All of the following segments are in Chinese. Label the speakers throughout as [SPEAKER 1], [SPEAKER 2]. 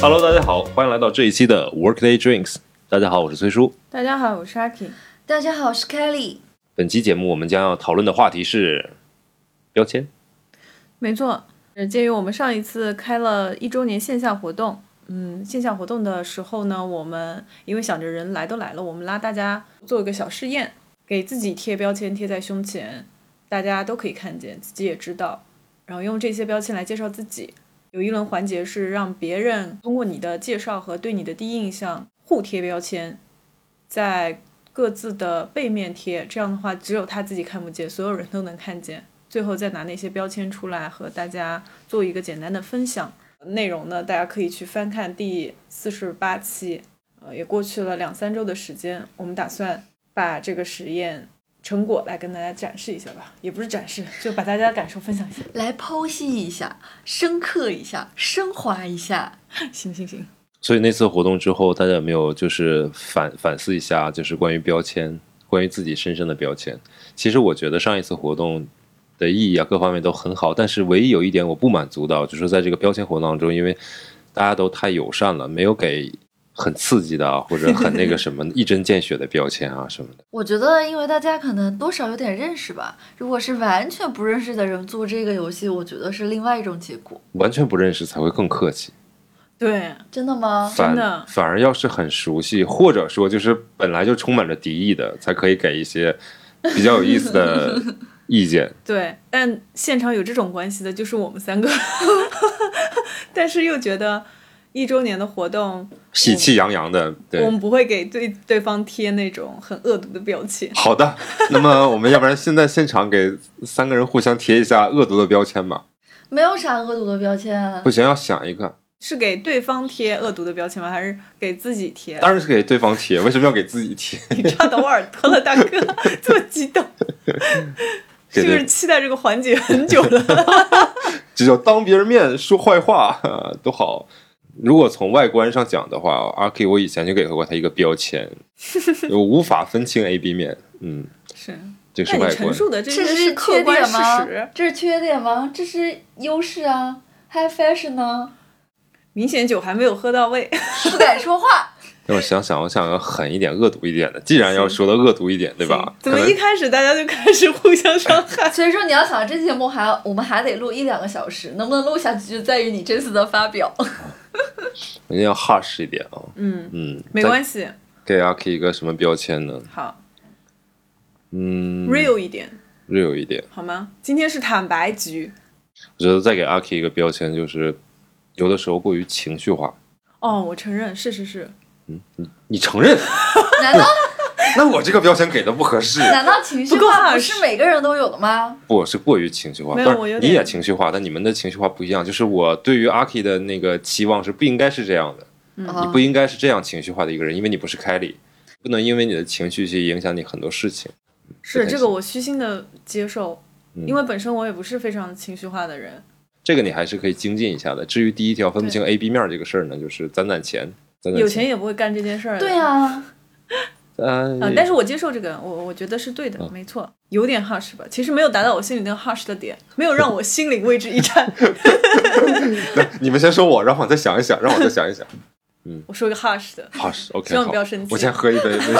[SPEAKER 1] Hello，大家好，欢迎来到这一期的 Workday Drinks。大家好，我是崔叔。
[SPEAKER 2] 大家好，我是 Aki。
[SPEAKER 3] 大家好，我是 Kelly。
[SPEAKER 1] 本期节目我们将要讨论的话题是标签。
[SPEAKER 2] 没错，呃鉴于我们上一次开了一周年线下活动，嗯，线下活动的时候呢，我们因为想着人来都来了，我们拉大家做一个小试验，给自己贴标签贴在胸前，大家都可以看见，自己也知道，然后用这些标签来介绍自己。有一轮环节是让别人通过你的介绍和对你的第一印象互贴标签，在各自的背面贴，这样的话只有他自己看不见，所有人都能看见。最后再拿那些标签出来和大家做一个简单的分享。内容呢，大家可以去翻看第四十八期，呃，也过去了两三周的时间，我们打算把这个实验成果来跟大家展示一下吧，也不是展示，就把大家的感受分享一下。
[SPEAKER 3] 来剖析一下，深刻一下，升华一下。
[SPEAKER 2] 行行行，
[SPEAKER 1] 所以那次活动之后，大家有没有就是反反思一下，就是关于标签，关于自己身上的标签？其实我觉得上一次活动的意义啊，各方面都很好，但是唯一有一点我不满足到，就是在这个标签活动当中，因为大家都太友善了，没有给很刺激的啊，或者很那个什么 一针见血的标签啊什么的。
[SPEAKER 3] 我觉得，因为大家可能多少有点认识吧。如果是完全不认识的人做这个游戏，我觉得是另外一种结果。
[SPEAKER 1] 完全不认识才会更客气，
[SPEAKER 2] 对，
[SPEAKER 3] 真的吗？
[SPEAKER 1] 反
[SPEAKER 2] 真的
[SPEAKER 1] 反而要是很熟悉，或者说就是本来就充满着敌意的，才可以给一 些比较有意思的意见。
[SPEAKER 2] 对，但现场有这种关系的就是我们三个， 但是又觉得一周年的活动，
[SPEAKER 1] 喜气洋洋的，
[SPEAKER 2] 我
[SPEAKER 1] 对，
[SPEAKER 2] 们不会给对对方贴那种很恶毒的标签。
[SPEAKER 1] 好 的。那么我们要不然现在现场给三个人互相贴一下恶毒的标签吧？
[SPEAKER 3] 没有啥恶毒的标签啊
[SPEAKER 1] 不。行，要想一个。
[SPEAKER 2] 是给对方贴恶毒的标签吗？还是给自己贴？
[SPEAKER 1] 当然是给对方贴，为什么要给自己贴？
[SPEAKER 2] 你 扎到我耳朵了，大哥，这么激动，
[SPEAKER 1] 给
[SPEAKER 2] 是不
[SPEAKER 1] 对
[SPEAKER 2] 是期待这个环节很久了？
[SPEAKER 1] 只要当别人面说坏话呃都好。如果从外观上讲的话，阿 K 我以前就给过他一个标 签，我无法分清 A B 面。嗯，
[SPEAKER 2] 是，
[SPEAKER 1] 这
[SPEAKER 2] 那
[SPEAKER 1] 是
[SPEAKER 2] 你
[SPEAKER 1] 外
[SPEAKER 2] 陈
[SPEAKER 1] 观。
[SPEAKER 2] 述的这
[SPEAKER 3] 这
[SPEAKER 2] 些
[SPEAKER 3] 是
[SPEAKER 2] 客
[SPEAKER 3] 缺
[SPEAKER 2] 观
[SPEAKER 3] 点
[SPEAKER 2] 事
[SPEAKER 3] 吗
[SPEAKER 2] 实，？
[SPEAKER 3] 这是缺点吗？这是优势啊，high fashion 呢、
[SPEAKER 2] 明显酒还没有喝到位。
[SPEAKER 3] 不敢说话。
[SPEAKER 1] 让我想想，我想要狠一点、恶毒一点的。既然要说的恶毒一点，对吧？
[SPEAKER 2] 怎么
[SPEAKER 1] 可能
[SPEAKER 2] 一开始大家就开始互相 伤害？
[SPEAKER 3] 所以说，你要想这期节目还我们还得录一两个小时，能不能录下去就在于你这次的发表。
[SPEAKER 1] 人家要 harsh 一点啊？
[SPEAKER 2] 嗯，
[SPEAKER 1] 嗯，
[SPEAKER 2] 没
[SPEAKER 1] 再
[SPEAKER 2] 关系，
[SPEAKER 1] 给阿 K 一个什么标签呢？
[SPEAKER 2] 好
[SPEAKER 1] 嗯
[SPEAKER 2] ，real 一点。
[SPEAKER 1] real 一点。
[SPEAKER 2] 好吗？今天是坦白局
[SPEAKER 1] 我觉得再给阿 K 一个标签就是，有的时候过于情绪化。
[SPEAKER 2] 哦，我承认，是是是，
[SPEAKER 1] 你承认？
[SPEAKER 3] 难道
[SPEAKER 1] 那我这个标签给的不合适，
[SPEAKER 3] 难道情绪
[SPEAKER 2] 不够
[SPEAKER 3] 化不
[SPEAKER 2] 二
[SPEAKER 3] 是
[SPEAKER 2] 十
[SPEAKER 3] 每个人都有的吗？
[SPEAKER 1] 不是过于情绪化。
[SPEAKER 2] 没有
[SPEAKER 1] 但
[SPEAKER 2] 我
[SPEAKER 1] 是
[SPEAKER 2] 有
[SPEAKER 1] 你
[SPEAKER 2] 点
[SPEAKER 1] 也情绪化，但你们的情绪化不一样。就是我对于阿 K 的那个期望是不应该是这样的。
[SPEAKER 3] 啊
[SPEAKER 2] 哦
[SPEAKER 1] 你不应该是这样情绪化的一个人，因为你不是凯里，不能因为你的情绪去影响你很多事情。不
[SPEAKER 2] 是
[SPEAKER 1] 太
[SPEAKER 2] 这个
[SPEAKER 1] 行
[SPEAKER 2] 我虚心的接受，
[SPEAKER 1] 嗯
[SPEAKER 2] 因为本身我也不是非常情绪化的人。
[SPEAKER 1] 这个你还是可以精进一下的。至于第一条分不清 A B 面这个事儿呢，就是攒攒钱，攒攒
[SPEAKER 2] 有钱也不会干这件事儿的。
[SPEAKER 3] 对 啊，
[SPEAKER 1] 嗯、
[SPEAKER 2] 嗯，但是我接受这个，我我觉得是对的，没错，有点 hush 吧，其实没有达到我心里那个 hush 的点，没有让我心灵为之 一颤。
[SPEAKER 1] 你们先说我，让我再想一想，让我再想一 想。
[SPEAKER 2] 我说一个 hush 的，
[SPEAKER 1] 好是，OK，
[SPEAKER 2] 希望
[SPEAKER 1] 好
[SPEAKER 2] 不要生气
[SPEAKER 1] 我先喝一杯， 没事。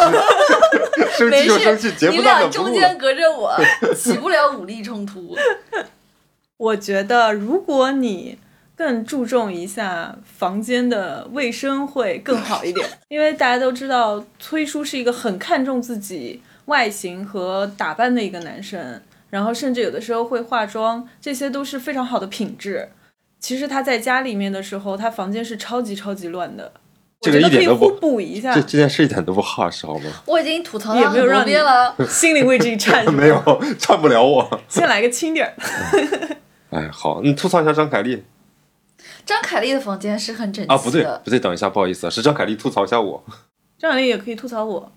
[SPEAKER 1] 生
[SPEAKER 3] 没
[SPEAKER 1] 气就
[SPEAKER 3] 事，
[SPEAKER 1] 生气，节目
[SPEAKER 3] 你
[SPEAKER 1] 到
[SPEAKER 3] 俩
[SPEAKER 1] 了不
[SPEAKER 3] 中
[SPEAKER 1] 录
[SPEAKER 3] 间
[SPEAKER 1] 了。
[SPEAKER 3] 隔着 我， 起不了武力冲突。
[SPEAKER 2] 我觉得如果你更注重一下房间的卫生会更好一点，因为大家都知道崔叔是一个很看重自己外形和打扮的一个男生，然后甚至有的时候会化妆，这些都是非常好的品质。其实他在家里面的时候，他房间是超级超级乱的，
[SPEAKER 1] 这个
[SPEAKER 2] 我觉
[SPEAKER 1] 一
[SPEAKER 2] 得可
[SPEAKER 1] 点
[SPEAKER 2] 以
[SPEAKER 1] 都不
[SPEAKER 2] 互补啊一下
[SPEAKER 1] 这。这件事一点都不 hush 好吗？
[SPEAKER 3] 我已经吐槽
[SPEAKER 2] 也
[SPEAKER 3] 了
[SPEAKER 2] 没有
[SPEAKER 3] 很多
[SPEAKER 2] 让你
[SPEAKER 3] 遍 了，
[SPEAKER 2] 心灵为之一颤，
[SPEAKER 1] 没有，唱不了我。
[SPEAKER 2] 先来个轻点儿。
[SPEAKER 1] 哎，好，你吐槽一下张凯丽
[SPEAKER 3] 张凯丽的房间是很整齐的。
[SPEAKER 1] 啊？不对，不对，等一下，不好意思，是张凯丽吐槽一下我。
[SPEAKER 2] 张小丽也可以吐槽 我，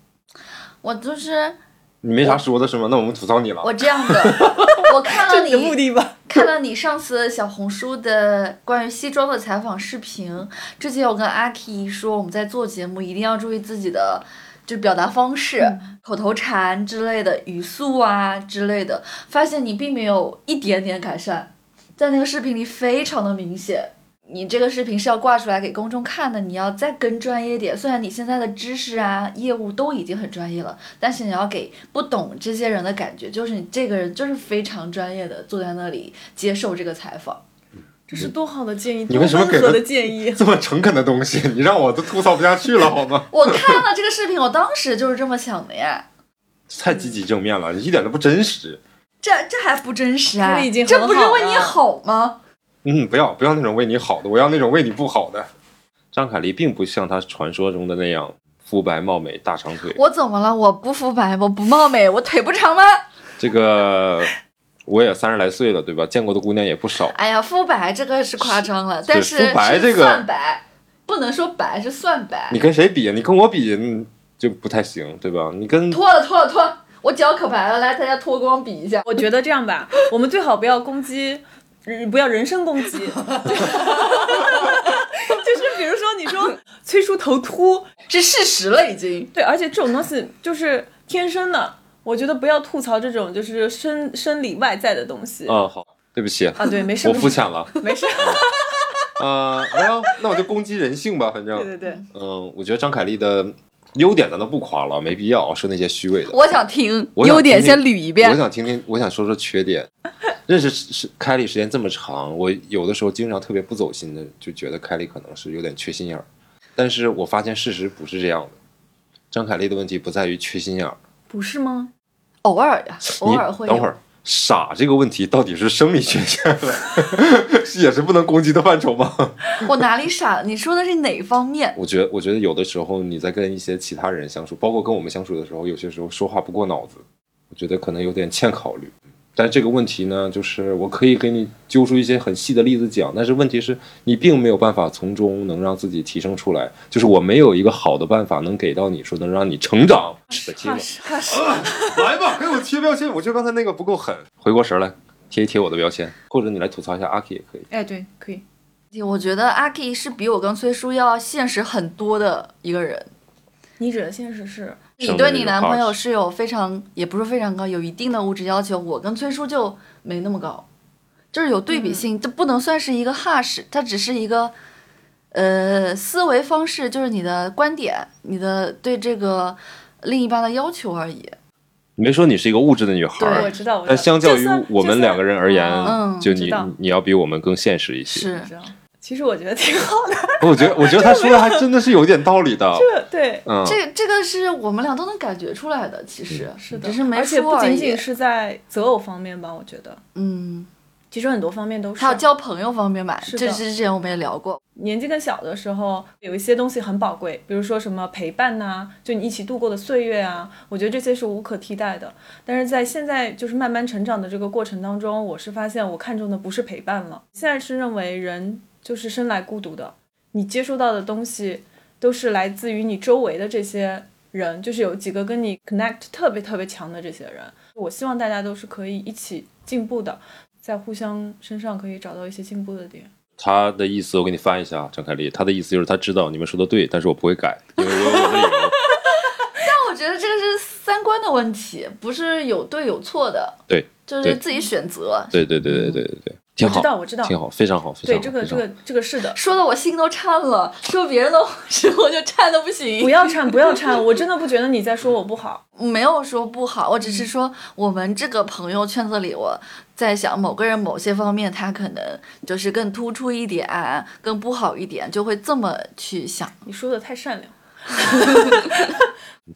[SPEAKER 3] 我就是
[SPEAKER 1] 你没啥说的是吗？那我们吐槽你了。
[SPEAKER 3] 我这样的， 我看
[SPEAKER 2] 这
[SPEAKER 3] 了
[SPEAKER 2] 是你的目
[SPEAKER 3] 你
[SPEAKER 2] 的吧？
[SPEAKER 3] 看了你上次小红书的关于西装的采访视频，之前我跟阿 K 说我们在做节目一定要注意自己的。就是表达方式、口头禅之类的、语速啊之类的，发现你并没有一点点改善，在那个视频里非常的明显。你这个视频是要挂出来给公众看的，你要再更专业点。虽然你现在的知识啊、业务都已经很专业了，但是你要给不懂这些人的感觉，就是你这个人就是非常专业的，坐在那里接受这个采访。
[SPEAKER 2] 这是多好的建议，
[SPEAKER 4] 你
[SPEAKER 2] 多
[SPEAKER 4] 为什么
[SPEAKER 2] 温
[SPEAKER 4] 给
[SPEAKER 2] 和
[SPEAKER 4] 了
[SPEAKER 2] 的建议。
[SPEAKER 4] 这么诚恳的东西，你让我都吐槽不下去了，好 吗？
[SPEAKER 3] 我看了这个视频，我当时就是这么想的呀。
[SPEAKER 4] 太积极正面了，一点都不真实。
[SPEAKER 3] 这这还不真实啊
[SPEAKER 2] 这个已经！很
[SPEAKER 3] 这不是
[SPEAKER 2] 好
[SPEAKER 3] 为你
[SPEAKER 2] 了
[SPEAKER 3] 好吗？
[SPEAKER 4] 嗯，不要不要那种为你好的，我要那种为你不好的。
[SPEAKER 1] 张凯丽并不像她传说中的那样肤白貌美、大长腿。
[SPEAKER 3] 我怎么了？我不肤白，我不貌美，我腿不长吗？
[SPEAKER 1] 这个我也三十来岁了，对吧？见过的姑娘也不少。
[SPEAKER 3] 哎呀，肤白这个是夸张了，但是
[SPEAKER 4] 肤白
[SPEAKER 3] 是
[SPEAKER 4] 这个
[SPEAKER 3] 算白，不能说白是算白
[SPEAKER 1] 你。跟谁比？你跟我比嗯就不太行，对吧？你跟
[SPEAKER 3] 脱了脱了脱了，我脚可白了，来大家脱光比一下。
[SPEAKER 2] 我觉得这样吧，我们最好不要攻击，嗯不要人身攻击。 就是比如说，你说崔叔头秃，
[SPEAKER 3] 这事实了已经。
[SPEAKER 2] 对，而且这种东西就是天生的，我觉得不要吐槽这种就是生生理外在的东西。
[SPEAKER 1] 啊、好，对不起，
[SPEAKER 2] 啊，对，没事，
[SPEAKER 1] 我
[SPEAKER 2] 没
[SPEAKER 1] 肤
[SPEAKER 2] 事
[SPEAKER 1] 浅了。
[SPEAKER 2] 没事，
[SPEAKER 4] 啊、没有，那我就攻击人性吧，反
[SPEAKER 2] 对
[SPEAKER 4] 正，
[SPEAKER 2] 对对，
[SPEAKER 1] 嗯，我觉得张凯丽的优点咱都不夸了，没必要说那些虚伪的。
[SPEAKER 3] 我想听
[SPEAKER 1] 我想
[SPEAKER 3] 优点，
[SPEAKER 1] 听听
[SPEAKER 3] 先捋一
[SPEAKER 1] 我
[SPEAKER 3] 遍。
[SPEAKER 1] 想听听，我想说说缺点。认识是凯莉时间这么长，我有的时候经常特别不走心的，就觉得凯莉可能是有点缺心眼儿。但是我发现事实不是这样的。张凯丽的问题不在于缺心眼儿，
[SPEAKER 2] 不是吗？
[SPEAKER 3] 偶尔呀，偶
[SPEAKER 1] 你
[SPEAKER 3] 尔会有。
[SPEAKER 1] 等会儿傻这个问题到底是生理缺陷
[SPEAKER 4] 是也是不能攻击的范畴吗？
[SPEAKER 3] 我哪里傻了？你说的是哪方面？
[SPEAKER 1] 我觉得，我觉得有的时候你在跟一些其他人相处，包括跟我们相处的时候，有些时候说话不过脑子，我觉得可能有点欠考虑。但这个问题呢，就是我可以给你揪出一些很细的例子讲，但是问题是你并没有办法从中能让自己提升出来，就是我没有一个好的办法能给到你说能让你成长。可惜了
[SPEAKER 2] 哈，什哈 什
[SPEAKER 4] 来吧，给我贴标签。我觉得刚才那个不够狠。
[SPEAKER 1] 回过神来贴一贴我的标签，或者你来吐槽一下阿 K 也可以。
[SPEAKER 2] 哎，对，可以。
[SPEAKER 3] 我觉得阿 K 是比我跟崔叔要现实很多的一个人。
[SPEAKER 2] 你指的现实是，
[SPEAKER 3] 你
[SPEAKER 1] 生
[SPEAKER 3] 对
[SPEAKER 1] 的那
[SPEAKER 3] 你
[SPEAKER 1] 个
[SPEAKER 3] 男朋友
[SPEAKER 1] crush
[SPEAKER 3] 是有非常，也不是非常高，有一定的物质要求。我跟崔叔就没那么高，就是有对
[SPEAKER 2] 嗯
[SPEAKER 3] 比性，这不能算是一个 hush，它只是一个，呃，思维方式，就是你的观点，你的对这个另一半的要求而已。
[SPEAKER 1] 你没说你是一个物质的女孩
[SPEAKER 3] 对
[SPEAKER 2] 我
[SPEAKER 1] 儿，
[SPEAKER 2] 知道，我知道
[SPEAKER 1] 但相较
[SPEAKER 2] 就
[SPEAKER 1] 于
[SPEAKER 2] 算
[SPEAKER 1] 我们两个人而言，
[SPEAKER 2] 就算
[SPEAKER 3] 嗯
[SPEAKER 1] 就
[SPEAKER 2] 知
[SPEAKER 1] 你
[SPEAKER 2] 道
[SPEAKER 1] 你要比我们更现实一些。
[SPEAKER 3] 是
[SPEAKER 2] 我知道，其实我觉得挺好的。
[SPEAKER 4] 我觉得，我觉得他说的还真的是有点道理的。
[SPEAKER 2] 对，
[SPEAKER 1] 嗯，
[SPEAKER 3] 这这个是我们俩都能感觉出来的，其实
[SPEAKER 2] 嗯是的，
[SPEAKER 3] 只是没
[SPEAKER 2] 而且
[SPEAKER 3] 说
[SPEAKER 2] 不
[SPEAKER 3] 而
[SPEAKER 2] 仅
[SPEAKER 3] 已
[SPEAKER 2] 仅。是在择偶方面吧，我觉得
[SPEAKER 3] 嗯，
[SPEAKER 2] 其实很多方面都是。
[SPEAKER 3] 还有交朋友方面吧，
[SPEAKER 2] 是
[SPEAKER 3] 这
[SPEAKER 2] 的
[SPEAKER 3] 是之前我们也聊过。
[SPEAKER 2] 年纪更小的时候，有一些东西很宝贵，比如说什么陪伴呐、就你一起度过的岁月啊，我觉得这些是无可替代的。但是在现在就是慢慢成长的这个过程当中，我是发现我看重的不是陪伴了，现在是认为人就是生来孤独的，你接收到的东西都是来自于你周围的这些人，就是有几个跟你 connect 特别特别强的这些人。我希望大家都是可以一起进步的，在互相身上可以找到一些进步的点。
[SPEAKER 1] 他的意思我给你翻一下，啊张凯丽，他的意思就是他知道你们说的对，但是我不会改，因为我有我的理由。
[SPEAKER 3] 我觉得这个是三观的问题，不是有对有错的，
[SPEAKER 1] 对，
[SPEAKER 3] 就是
[SPEAKER 1] 对
[SPEAKER 3] 自己选择。，
[SPEAKER 1] 对对对对对对对，挺
[SPEAKER 2] 我知道，
[SPEAKER 1] 好，
[SPEAKER 2] 我知道，
[SPEAKER 1] 挺好，非常好，非常
[SPEAKER 2] 对
[SPEAKER 1] 好。
[SPEAKER 2] 这个
[SPEAKER 1] 非
[SPEAKER 2] 这
[SPEAKER 1] 常好
[SPEAKER 2] 个这个是的
[SPEAKER 3] 说的我心都颤了，说别人的 时候就颤的不行。
[SPEAKER 2] 不要颤，不要颤，我真的不觉得你在说我不好。
[SPEAKER 3] 没有说不好，我只是说我们这个朋友圈子里，我在想某个人某些方面他可能就是更突出一点，更不好一点，就会这么去想。
[SPEAKER 2] 你说的太善良，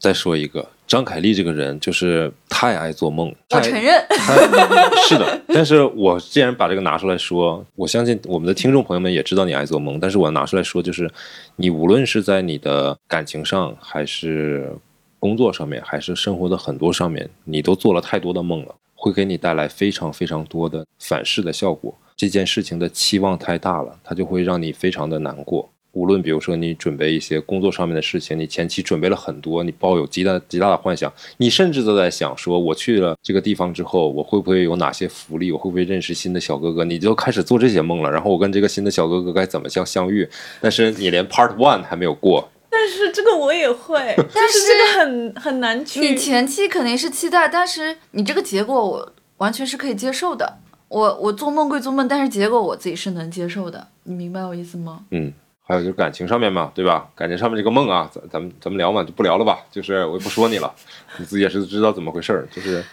[SPEAKER 1] 再说一个，张凯丽这个人就是太爱做梦，
[SPEAKER 3] 我
[SPEAKER 2] 哎
[SPEAKER 1] 太
[SPEAKER 3] 承认，
[SPEAKER 1] 太 是的。但是我既然把这个拿出来说，我相信我们的听众朋友们也知道你爱做梦，但是我拿出来说，就是你无论是在你的感情上，还是工作上面，还是生活的很多上面，你都做了太多的梦了，会给你带来非常非常多的反噬的效果。这件事情的期望太大了，它就会让你非常的难过。无论比如说你准备一些工作上面的事情，你前期准备了很多，你抱有极大极大的幻想，你甚至都在想说，我去了这个地方之后，我会不会有哪些福利？我会不会认识新的小哥哥？你就开始做这些梦了。然后我跟这个新的小哥哥该怎么相相遇？但是你连 Part One 还没有过，
[SPEAKER 2] 但是这个我也会，但是这个很很难去。
[SPEAKER 3] 你前期肯定是期待，但是你这个结果我完全是可以接受的。我我做梦归做梦，但是结果我自己是能接受的，你明白我意思吗？
[SPEAKER 1] 嗯，还有就是感情上面嘛，对吧？感情上面这个梦啊，咱咱们咱们聊嘛，就不聊了吧。就是我也不说你了，你自己也是知道怎么回事儿。就是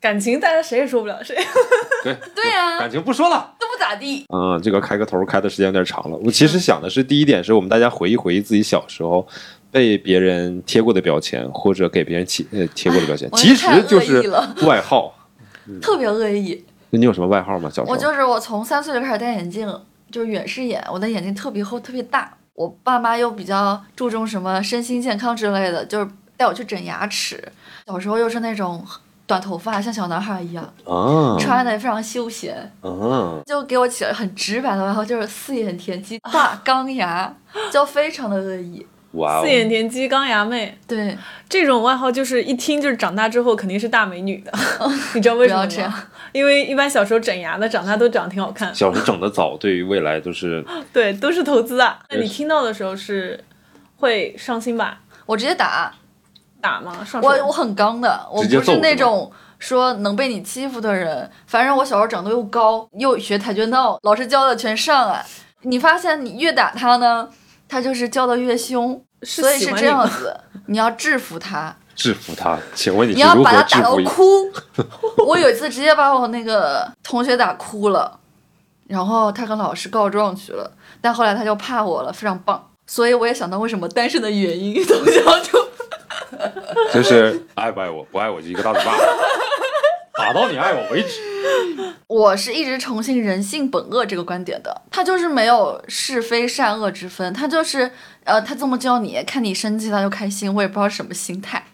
[SPEAKER 2] 感情大家谁也说不了谁。
[SPEAKER 1] 对
[SPEAKER 3] 对啊
[SPEAKER 1] 感情不说了。
[SPEAKER 3] 都不咋地，
[SPEAKER 1] 嗯，这个开个头儿开的时间有点长了。我
[SPEAKER 3] 嗯
[SPEAKER 1] 其实想的是，第一点是我们大家回忆回忆自己小时候被别人贴过的标签，或者给别人贴呃贴过的标签，
[SPEAKER 3] 我
[SPEAKER 1] 其
[SPEAKER 3] 也太
[SPEAKER 1] 实就
[SPEAKER 3] 恶
[SPEAKER 1] 是
[SPEAKER 3] 意了
[SPEAKER 1] 外号。
[SPEAKER 3] 特别恶意。
[SPEAKER 1] 那你有什么外号吗？小时候
[SPEAKER 3] 我就是我从三岁就开始戴眼镜，就是远视眼，我的眼睛特别厚特别大。我爸妈又比较注重什么身心健康之类的，就是带我去整牙齿。小时候又是那种短头发，像小男孩一样，
[SPEAKER 1] 啊
[SPEAKER 3] 穿的也非常休闲，
[SPEAKER 1] 啊，
[SPEAKER 3] 就给我起了很直白的外号，就是四眼田鸡大钢牙，就非常的恶意。
[SPEAKER 1] 哇哦
[SPEAKER 2] 四！眼田鸡钢牙妹
[SPEAKER 3] 对，
[SPEAKER 2] 这种外号，就是一听就是长大之后肯定是大美女的，你知道为什
[SPEAKER 3] 不
[SPEAKER 2] 么
[SPEAKER 3] 要这样
[SPEAKER 2] 吗？因为一般小时候整牙的，长大都长得挺好看。
[SPEAKER 1] 小时候整的早，对于未来都是
[SPEAKER 2] 对，都是投资啊。那
[SPEAKER 1] 是
[SPEAKER 2] 你听到的时候是会伤心吧？
[SPEAKER 3] 我直接打，
[SPEAKER 2] 打吗？上手
[SPEAKER 3] 我我很刚的，我
[SPEAKER 1] 直接
[SPEAKER 3] 不
[SPEAKER 1] 揍
[SPEAKER 3] 是那
[SPEAKER 1] 是吧
[SPEAKER 3] 种说能被你欺负的人。反正我小时候长得又高，又学跆拳道，老师教的全上来。你发现你越打他呢，他就是教的越凶，
[SPEAKER 2] 是
[SPEAKER 3] 所以
[SPEAKER 2] 喜
[SPEAKER 3] 是
[SPEAKER 2] 欢
[SPEAKER 3] 这
[SPEAKER 2] 你
[SPEAKER 3] 样
[SPEAKER 2] 吗？
[SPEAKER 3] 子，你要制 服他，
[SPEAKER 1] 制服他。请问你
[SPEAKER 3] 你
[SPEAKER 1] 是
[SPEAKER 3] 要
[SPEAKER 1] 如
[SPEAKER 3] 把
[SPEAKER 1] 何
[SPEAKER 3] 他
[SPEAKER 1] 制
[SPEAKER 3] 打到
[SPEAKER 1] 服一？
[SPEAKER 3] 哭。我有一次直接把我那个同学打哭了，然后他跟老师告状去了，但后来他就怕我了，非常棒。所以我也想到为什么单身的原因， 从小就
[SPEAKER 1] 就是 爱不爱我，不爱我就一个大嘴 巴，打到你爱我为止。
[SPEAKER 3] 我是一直崇信人性本恶这个观点的，他就是没有是非善恶之分，他就是呃，他这么教你，看你生气他就开心，我也不知道什么心态，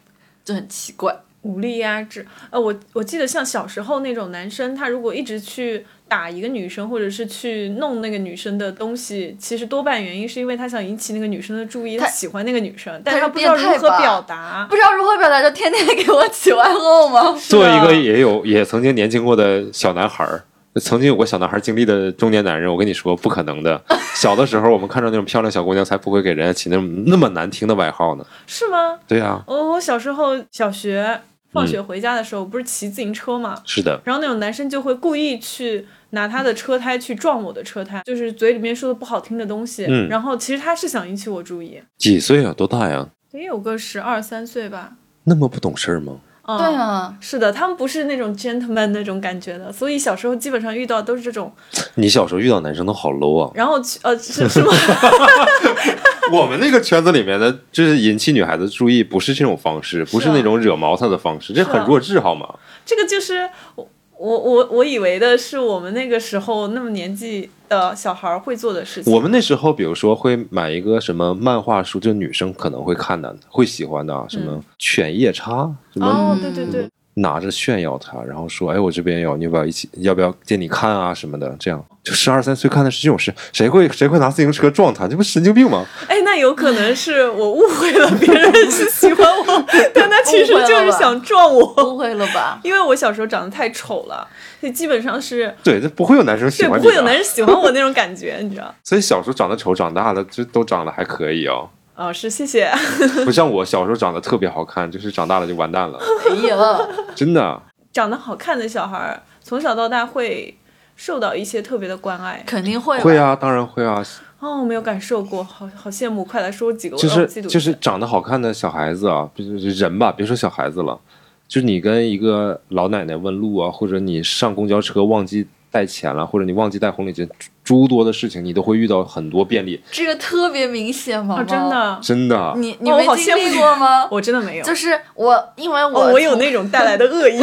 [SPEAKER 3] 就很奇怪。
[SPEAKER 2] 武力压制。呃，我我记得像小时候那种男生，他如果一直去打一个女生，或者是去弄那个女生的东西，其实多半原因是因为他想引起那个女生的注意，他
[SPEAKER 3] 他
[SPEAKER 2] 喜欢那个女生，但他
[SPEAKER 3] 他是
[SPEAKER 2] 不知道
[SPEAKER 3] 变
[SPEAKER 2] 如
[SPEAKER 3] 态
[SPEAKER 2] 何
[SPEAKER 3] 吧
[SPEAKER 2] 表达。
[SPEAKER 3] 不知道如何表达，就天天给我起外号吗？
[SPEAKER 1] 作为一
[SPEAKER 2] 是
[SPEAKER 1] 个
[SPEAKER 2] 啊
[SPEAKER 1] 也有也曾经年轻过的小男孩儿，曾经有过小男孩经历的中年男人，我跟你说不可能 的。小的时候我们看着那种漂亮小姑娘，才不会给人家起那种那么难听的外号呢。
[SPEAKER 2] 是吗？
[SPEAKER 1] 对啊，
[SPEAKER 2] 我我小时候小学
[SPEAKER 1] 嗯
[SPEAKER 2] 放学回家的时候，不是骑自行车嘛，
[SPEAKER 1] 是的，
[SPEAKER 2] 然后那种男生就会故意去拿他的车胎去撞我的车胎，就是嘴里面说的不好听的东西。
[SPEAKER 1] 嗯
[SPEAKER 2] 然后其实他是想引起我注意，
[SPEAKER 1] 几岁啊？多大呀？
[SPEAKER 2] 得有个十二三岁吧。
[SPEAKER 1] 那么不懂事儿吗？
[SPEAKER 2] 嗯、
[SPEAKER 3] 对啊，
[SPEAKER 2] 是的，他们不是那种 gentleman 那种感觉的，所以小时候基本上遇到都是这种。
[SPEAKER 1] 你小时候遇到男生都好 low 啊！
[SPEAKER 2] 然后去呃是是 吗？
[SPEAKER 1] 我们那个圈子里面的，就是引起女孩子注意，不是这种方式，不是
[SPEAKER 2] 啊
[SPEAKER 1] 那种惹毛她的方式，这很弱智好吗？
[SPEAKER 2] 这个就是我我我我以为的是我们那个时候那么年纪的小孩儿会做的事情。
[SPEAKER 1] 我们那时候，比如说会买一个什么漫画书，就女生可能会看的、会喜欢的啊，什么《犬夜叉》，什么
[SPEAKER 2] 嗯哦，对对对，
[SPEAKER 1] 拿着炫耀她，然后说：“哎，我这边有，你要不要一起？要不要借你看啊？什么的。”这样，就十二三岁看的是这种事，谁会谁会拿自行车撞她？这不神经病吗？
[SPEAKER 2] 哎，那有可
[SPEAKER 1] 嗯
[SPEAKER 2] 能是我误会了，别人是喜欢我，但他其实就是想撞我。
[SPEAKER 3] 误会了吧？
[SPEAKER 2] 因为我小时候长得太丑了，所以基本上是
[SPEAKER 1] 对，这不会有男生喜
[SPEAKER 2] 对
[SPEAKER 1] 欢
[SPEAKER 2] 不
[SPEAKER 1] 你
[SPEAKER 2] 会有
[SPEAKER 1] 的啊
[SPEAKER 2] 男。人喜欢我那种感觉，你知道？
[SPEAKER 1] 所以小时候长得丑，长大了这都长得还可以哦。
[SPEAKER 2] 哦，是谢谢。
[SPEAKER 1] 不像我小时候长得特别好看，就是长大了就完蛋了，
[SPEAKER 3] 哎呀，
[SPEAKER 1] 真的。啊
[SPEAKER 2] 长得好看的小孩儿，从小到大会受到一些特别的关爱。
[SPEAKER 3] 肯定会
[SPEAKER 1] 会
[SPEAKER 3] 吧，
[SPEAKER 1] 啊，当然会啊，
[SPEAKER 2] 哦，我没有感受过，好好羡慕。快来说几个，我哦
[SPEAKER 1] 就
[SPEAKER 2] 让我
[SPEAKER 1] 是
[SPEAKER 2] 嫉妒一下
[SPEAKER 1] 就是长得好看的小孩子啊，就是人吧，别说小孩子了，就是你跟一个老奶奶问路啊，或者你上公交车忘记带钱了，或者你忘记带红领巾，诸多的事情你都会遇到很多便利，
[SPEAKER 3] 这个特别明显嘛、
[SPEAKER 2] 哦，真，的，
[SPEAKER 1] 真的。啊
[SPEAKER 3] 你你
[SPEAKER 2] 哦
[SPEAKER 3] 没
[SPEAKER 2] 我好
[SPEAKER 3] 经
[SPEAKER 2] 羡慕
[SPEAKER 3] 历
[SPEAKER 2] 你
[SPEAKER 3] 过吗？
[SPEAKER 2] 我真的没有。
[SPEAKER 3] 就是我，因为我、
[SPEAKER 2] 哦，我有那种带来的恶 意。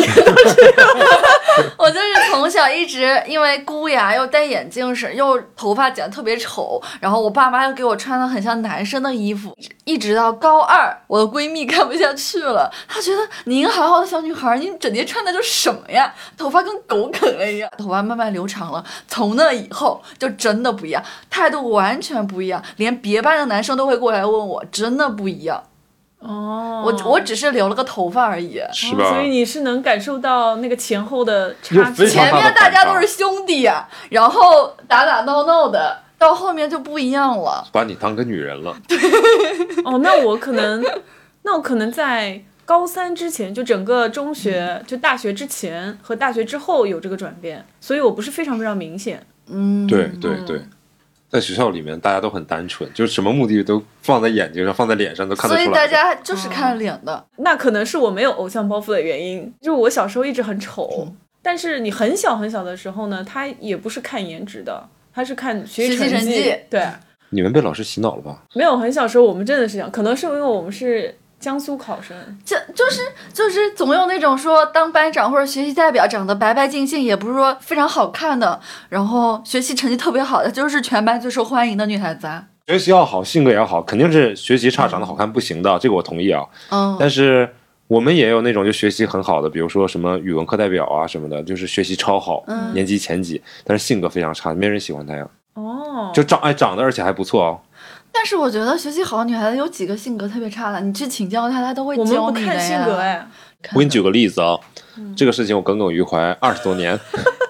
[SPEAKER 3] 我就是从小一直因为箍牙又戴眼镜是又头发剪得特别丑，然后我爸妈又给我穿的很像男生的衣服，一直到高二，我的闺蜜 看不下去了，她觉得你一个好好的小女孩，你整天穿的就是什么呀？头发跟狗啃了一样，头发慢慢留长了。从那以后就真的不一样，态度完全不一样，连别班的男生都会过来问我，真的不一样。
[SPEAKER 2] 哦
[SPEAKER 3] 我我只是留了个头发而已。
[SPEAKER 1] 是
[SPEAKER 2] 哦
[SPEAKER 1] 吧？
[SPEAKER 2] 所以你是能感受到那个前后的
[SPEAKER 1] 又
[SPEAKER 2] 差距
[SPEAKER 1] 非。常
[SPEAKER 3] 前面大家都是兄弟呀、然后打打闹闹的，到后面就不一样了。
[SPEAKER 1] 把你当个女人了，
[SPEAKER 2] 哦，那我可能，那我可能在高三之前，就整个中学就大学之前和大学之后有这个转变，所以我不是非常非常明显。
[SPEAKER 3] 嗯，
[SPEAKER 1] 对对对，在学校里面大家都很单纯，就是什么目的都放在眼睛上，放在脸上都看得
[SPEAKER 3] 所
[SPEAKER 1] 出来。
[SPEAKER 3] 以大家就是
[SPEAKER 2] 嗯
[SPEAKER 3] 看脸的，
[SPEAKER 2] 那可能是我没有偶像包袱的原因，就是我小时候一直很
[SPEAKER 3] 嗯
[SPEAKER 2] 丑。但是你很小很小的时候呢，他也不是看颜值的，他是看学习
[SPEAKER 3] 学习成绩
[SPEAKER 2] 对，
[SPEAKER 1] 你们被老师洗脑了吧？
[SPEAKER 2] 没有很小时候我们真的是这样，可能是因为我们是江苏考生，
[SPEAKER 3] 这就是就是总有那种说当班长或者学习代表长得白白净净，也不是说非常好看的，然后学习成绩特别好的，就是全班最受欢迎的女孩子啊。
[SPEAKER 1] 学习要好，性格也要好，肯定是学习差、长得好看不行的，这个我同意啊。
[SPEAKER 3] 嗯，
[SPEAKER 1] 但是我们也有那种就学习很好的，比如说什么语文课代表啊什么的，就是学习超好，
[SPEAKER 3] 嗯
[SPEAKER 1] 年级前几，但是性格非常差，没人喜欢他呀。
[SPEAKER 2] 哦，
[SPEAKER 1] 就长哎长得而且还不错哦，
[SPEAKER 3] 但是我觉得学习好的女孩子有几个性格特别差的，你去请教她，她都会
[SPEAKER 2] 我们
[SPEAKER 3] 教
[SPEAKER 2] 不
[SPEAKER 3] 你的
[SPEAKER 2] 看性格
[SPEAKER 3] 呀。
[SPEAKER 2] 哎，
[SPEAKER 1] 我给你举个例子啊，
[SPEAKER 3] 嗯
[SPEAKER 1] 这个事情我耿耿于怀二十多年。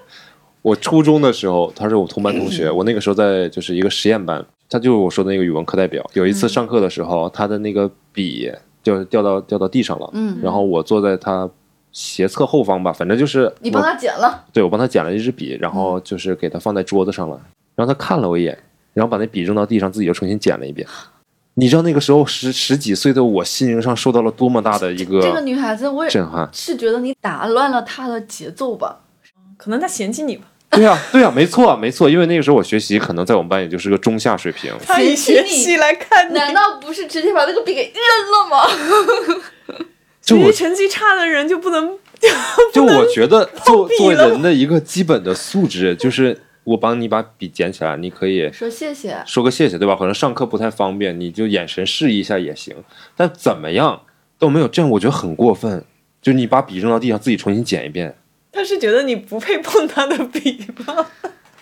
[SPEAKER 1] 我初中的时候，他是我同班同 学，我那个时候在就是一个实验班，他就是我说的那个语文课代表。有一次上课的时候，他的那个笔就是掉到掉到地上了，
[SPEAKER 3] 嗯
[SPEAKER 1] 然后我坐在他斜侧后方吧，反正就是
[SPEAKER 3] 你帮
[SPEAKER 1] 我
[SPEAKER 3] 她剪了，
[SPEAKER 1] 对我帮他捡了一支笔，然后就是给他放在桌子上了，然后他看了我一眼，然后把那笔扔到地上，自己又重新捡了一遍。你知道那个时候十十几岁的我心灵上受到了多么大的一
[SPEAKER 3] 这个
[SPEAKER 1] 个
[SPEAKER 3] 女孩子我也
[SPEAKER 1] 震撼？
[SPEAKER 3] 是觉得你打乱了她的节奏吧。
[SPEAKER 2] 可能他嫌弃你吧，
[SPEAKER 1] 对呀、对啊呀、没错，没错，因为那个时候我学习可能在我们班也就是个中下水平，
[SPEAKER 2] 他以
[SPEAKER 3] 嫌
[SPEAKER 2] 学
[SPEAKER 3] 弃你
[SPEAKER 2] 习来看你，
[SPEAKER 3] 难道不是直接把那个笔给扔了吗？
[SPEAKER 1] 就
[SPEAKER 2] 学
[SPEAKER 1] 我
[SPEAKER 2] 习成绩差的人就不能
[SPEAKER 1] 就我觉得做
[SPEAKER 2] 笔
[SPEAKER 1] 做
[SPEAKER 2] 了
[SPEAKER 1] 人的一个基本的素质就是，我帮你把笔捡起来，你可以
[SPEAKER 3] 说谢谢，
[SPEAKER 1] 说个谢谢，对吧？可能上课不太方便，你就眼神示意一下也行。但怎么样都没有，这样我觉得很过分。就你把笔扔到地上，自己重新捡一遍。
[SPEAKER 2] 他是觉得你不配碰他的笔吧？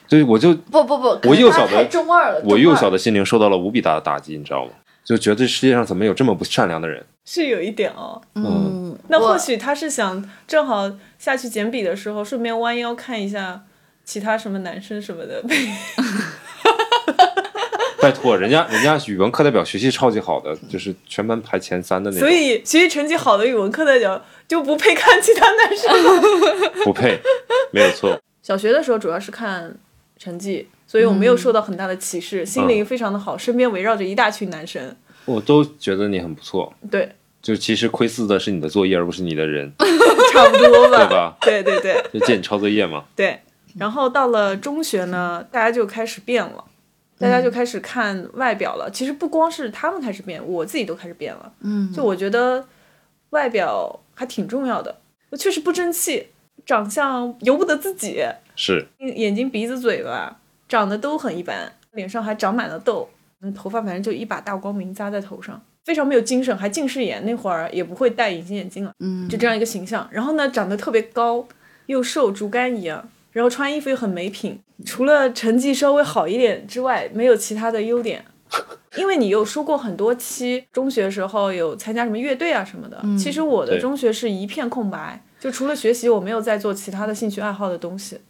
[SPEAKER 1] 就是我就
[SPEAKER 3] 不不不，可
[SPEAKER 1] 我
[SPEAKER 3] 能
[SPEAKER 1] 幼
[SPEAKER 3] 她
[SPEAKER 1] 小的
[SPEAKER 3] 太中二了，
[SPEAKER 1] 我
[SPEAKER 3] 中
[SPEAKER 1] 幼
[SPEAKER 3] 二
[SPEAKER 1] 小的心灵受到了无比大的打击，你知道吗？就觉得这世界上怎么有这么不善良的人？
[SPEAKER 2] 是有一点哦，
[SPEAKER 3] 嗯，
[SPEAKER 2] 那
[SPEAKER 3] 我
[SPEAKER 2] 或许他是想正好下去捡笔的时候，顺便弯腰看一下其他什么男生什么 的。
[SPEAKER 1] 拜托，人家人家语文课代表学习超级好的，就是全班排前三的那
[SPEAKER 2] 所
[SPEAKER 1] 种，
[SPEAKER 2] 以学习成绩好的语文课代表就不配看其他男生。
[SPEAKER 1] 不配，没有错。
[SPEAKER 2] 小学的时候主要是看成绩，所以我没有受到很大的歧视，心灵非常的好，身边围绕着一大群男生。
[SPEAKER 1] 我都觉得你很不错，
[SPEAKER 2] 对，
[SPEAKER 1] 就其实窥伺的是你的作业，而不是你的人，
[SPEAKER 2] 差不多
[SPEAKER 1] 对
[SPEAKER 2] 吧。
[SPEAKER 1] 吧？
[SPEAKER 2] 对对对
[SPEAKER 1] 就见你抄作业嘛。
[SPEAKER 2] 对。然后到了中学呢，大家就开始变了。大家就开始看外表了。其实不光是他们开始变，我自己都开始变了。
[SPEAKER 3] 嗯，
[SPEAKER 2] 就我觉得外表还挺重要的。我确实不争气，长相由不得自己，嗯
[SPEAKER 1] 是，
[SPEAKER 2] 眼睛、鼻子、嘴巴长得都很一般，脸上还长满了痘，嗯，头发反正就一把大光明扎在头上，非常没有精神，还近视眼，那会儿也不会戴隐形眼镜了，
[SPEAKER 3] 嗯
[SPEAKER 2] 就这样一个形象。然后呢，长得特别高，又瘦，竹竿一样。然后穿衣服又很没品，除了成绩稍微好一点之外，没有其他的优点。因为你有说过很多期，中学时候有参加什么乐队啊什么的。其实我的
[SPEAKER 1] 对
[SPEAKER 2] 中学是一片空白，就除了学习，我没有再做其他的兴趣爱好的东西。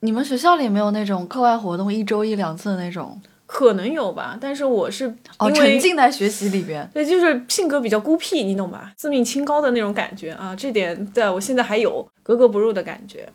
[SPEAKER 3] 你们学校里没有那种课外活动一周一两次的那种
[SPEAKER 2] 可能有吧，但是我是
[SPEAKER 3] 哦，
[SPEAKER 2] 因
[SPEAKER 3] 沉
[SPEAKER 2] 为、
[SPEAKER 3] 浸在学习里边。
[SPEAKER 2] 对，就是性格比较孤僻，你懂吧？自命清高的那种感觉啊，这点在我现在还有格格不入的感觉。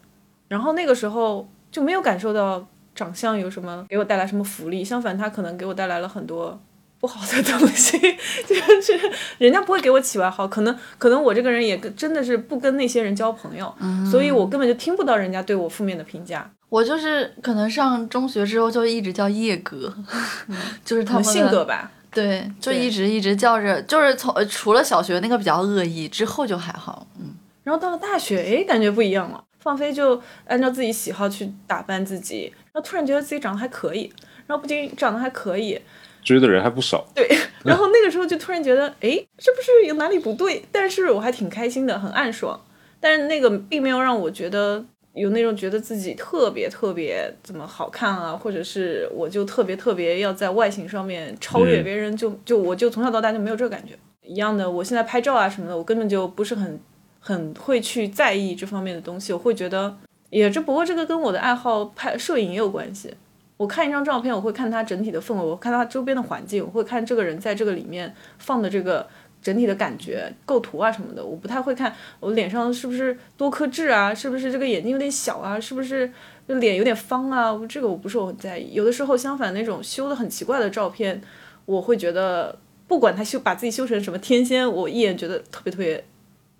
[SPEAKER 2] 然后那个时候就没有感受到长相有什么给我带来什么福利，相反，他可能给我带来了很多不好的东西， 就是人家不会给我起外号，可能可能我这个人也跟真的是不跟那些人交朋友，
[SPEAKER 3] 嗯
[SPEAKER 2] 所以我根本就听不到人家对我负面的评价，
[SPEAKER 3] 我就是可能上中学之后就一直叫叶哥， 就是他
[SPEAKER 2] 可能
[SPEAKER 3] 们的
[SPEAKER 2] 性格吧。
[SPEAKER 3] 对，就
[SPEAKER 2] 对
[SPEAKER 3] 一直一直叫着，就是从呃除了小学那个比较恶意之后就还好。嗯，
[SPEAKER 2] 然后到了大学，诶，感觉不一样了。放飞就按照自己喜好去打扮自己，然后突然觉得自己长得还可以，然后不仅长得还可以，
[SPEAKER 1] 追的人还不少。
[SPEAKER 2] 对，然后那个时候就突然觉得，诶，是不是有哪里不对？但是我还挺开心的，很暗爽。但是那个并没有让我觉得有那种觉得自己特别特别怎么好看啊，或者是我就特别特别要在外形上面超越
[SPEAKER 1] 嗯
[SPEAKER 2] 别人，就就我就从小到大就没有这个感觉。一样的，我现在拍照啊什么的，我根本就不是很很会去在意这方面的东西，我会觉得也这不过这个跟我的爱好拍摄影也有关系。我看一张照片，我会看它整体的氛围，我看它周边的环境，我会看这个人在这个里面放的这个整体的感觉、构图啊什么的，我不太会看我脸上是不是多颗痣啊，是不是这个眼睛有点小啊，是不是脸有点方啊，我这个我不是我很在意。有的时候相反，那种修的很奇怪的照片，我会觉得不管他修把自己修成什么天仙，我一眼觉得特别特别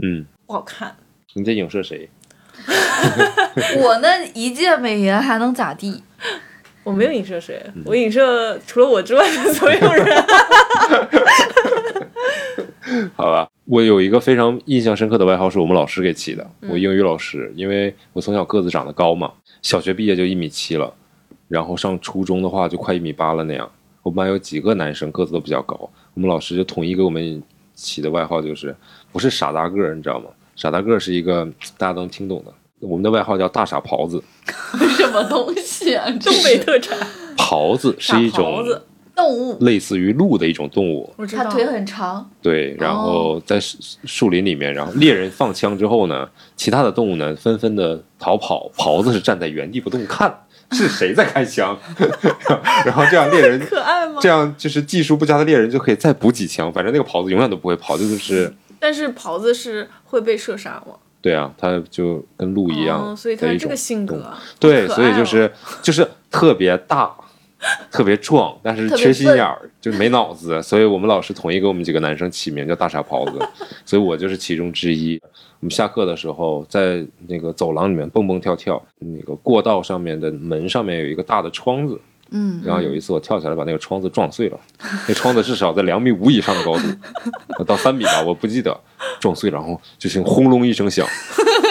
[SPEAKER 1] 嗯，
[SPEAKER 2] 不好看。
[SPEAKER 1] 你在影射谁？
[SPEAKER 3] 我那一介美颜还能咋地？
[SPEAKER 2] 我没有影射谁，
[SPEAKER 1] 嗯
[SPEAKER 2] 我影射除了我之外的所有 人。
[SPEAKER 1] 好吧，我有一个非常印象深刻的外号是我们老师给起的，
[SPEAKER 2] 嗯
[SPEAKER 1] 我英语老师，因为我从小个子长得高嘛，小学毕业就一米七了，然后上初中的话就快一米八了那样。我们班有几个男生个子都比较高，我们老师就统一给我们起的外号就是不是傻大个儿，你知道吗？傻大个儿是一个大家都能听懂的，我们的外号叫大傻狍子。
[SPEAKER 3] 什么东西啊？东
[SPEAKER 2] 东北特产，
[SPEAKER 1] 狍子是一种
[SPEAKER 2] 傻狍子
[SPEAKER 3] 动物，
[SPEAKER 1] 类似于鹿的一种动物，
[SPEAKER 2] 我知
[SPEAKER 3] 它腿很长，
[SPEAKER 1] 对，然
[SPEAKER 2] 哦
[SPEAKER 1] 后在树树林里面，然后猎人放枪之后呢，其他的动物呢纷纷的逃跑，狍子是站在原地不动看是谁在开枪， 然后这样猎人
[SPEAKER 2] 可爱吗
[SPEAKER 1] 这？样就是技术不佳的猎人就可以再补几枪，反正那个狍子永远都不会跑，这就是
[SPEAKER 2] 但是狍子是会被射杀吗？
[SPEAKER 1] 对啊，它就跟鹿一样的一种、
[SPEAKER 2] 哦，所以它这个性格啊，
[SPEAKER 1] 对，
[SPEAKER 2] 好可
[SPEAKER 1] 所以
[SPEAKER 2] 爱
[SPEAKER 1] 就
[SPEAKER 2] 哦
[SPEAKER 1] 是就是特别大，特别壮，但是
[SPEAKER 3] 特别
[SPEAKER 1] 缺心
[SPEAKER 3] 笨
[SPEAKER 1] 眼儿，就没脑子。所以我们老师统一给我们几个男生起名叫大傻狍子，所以我就是其中之一。我们下课的时候在那个走廊里面蹦蹦跳跳，那个过道上面的门上面有一个大的窗子，
[SPEAKER 3] 嗯，
[SPEAKER 1] 然后有一次我跳起来把那个窗子撞碎了，那窗子至少在两米五以上的高度，到三米吧，我不记得撞碎了，然后就是轰隆一声响，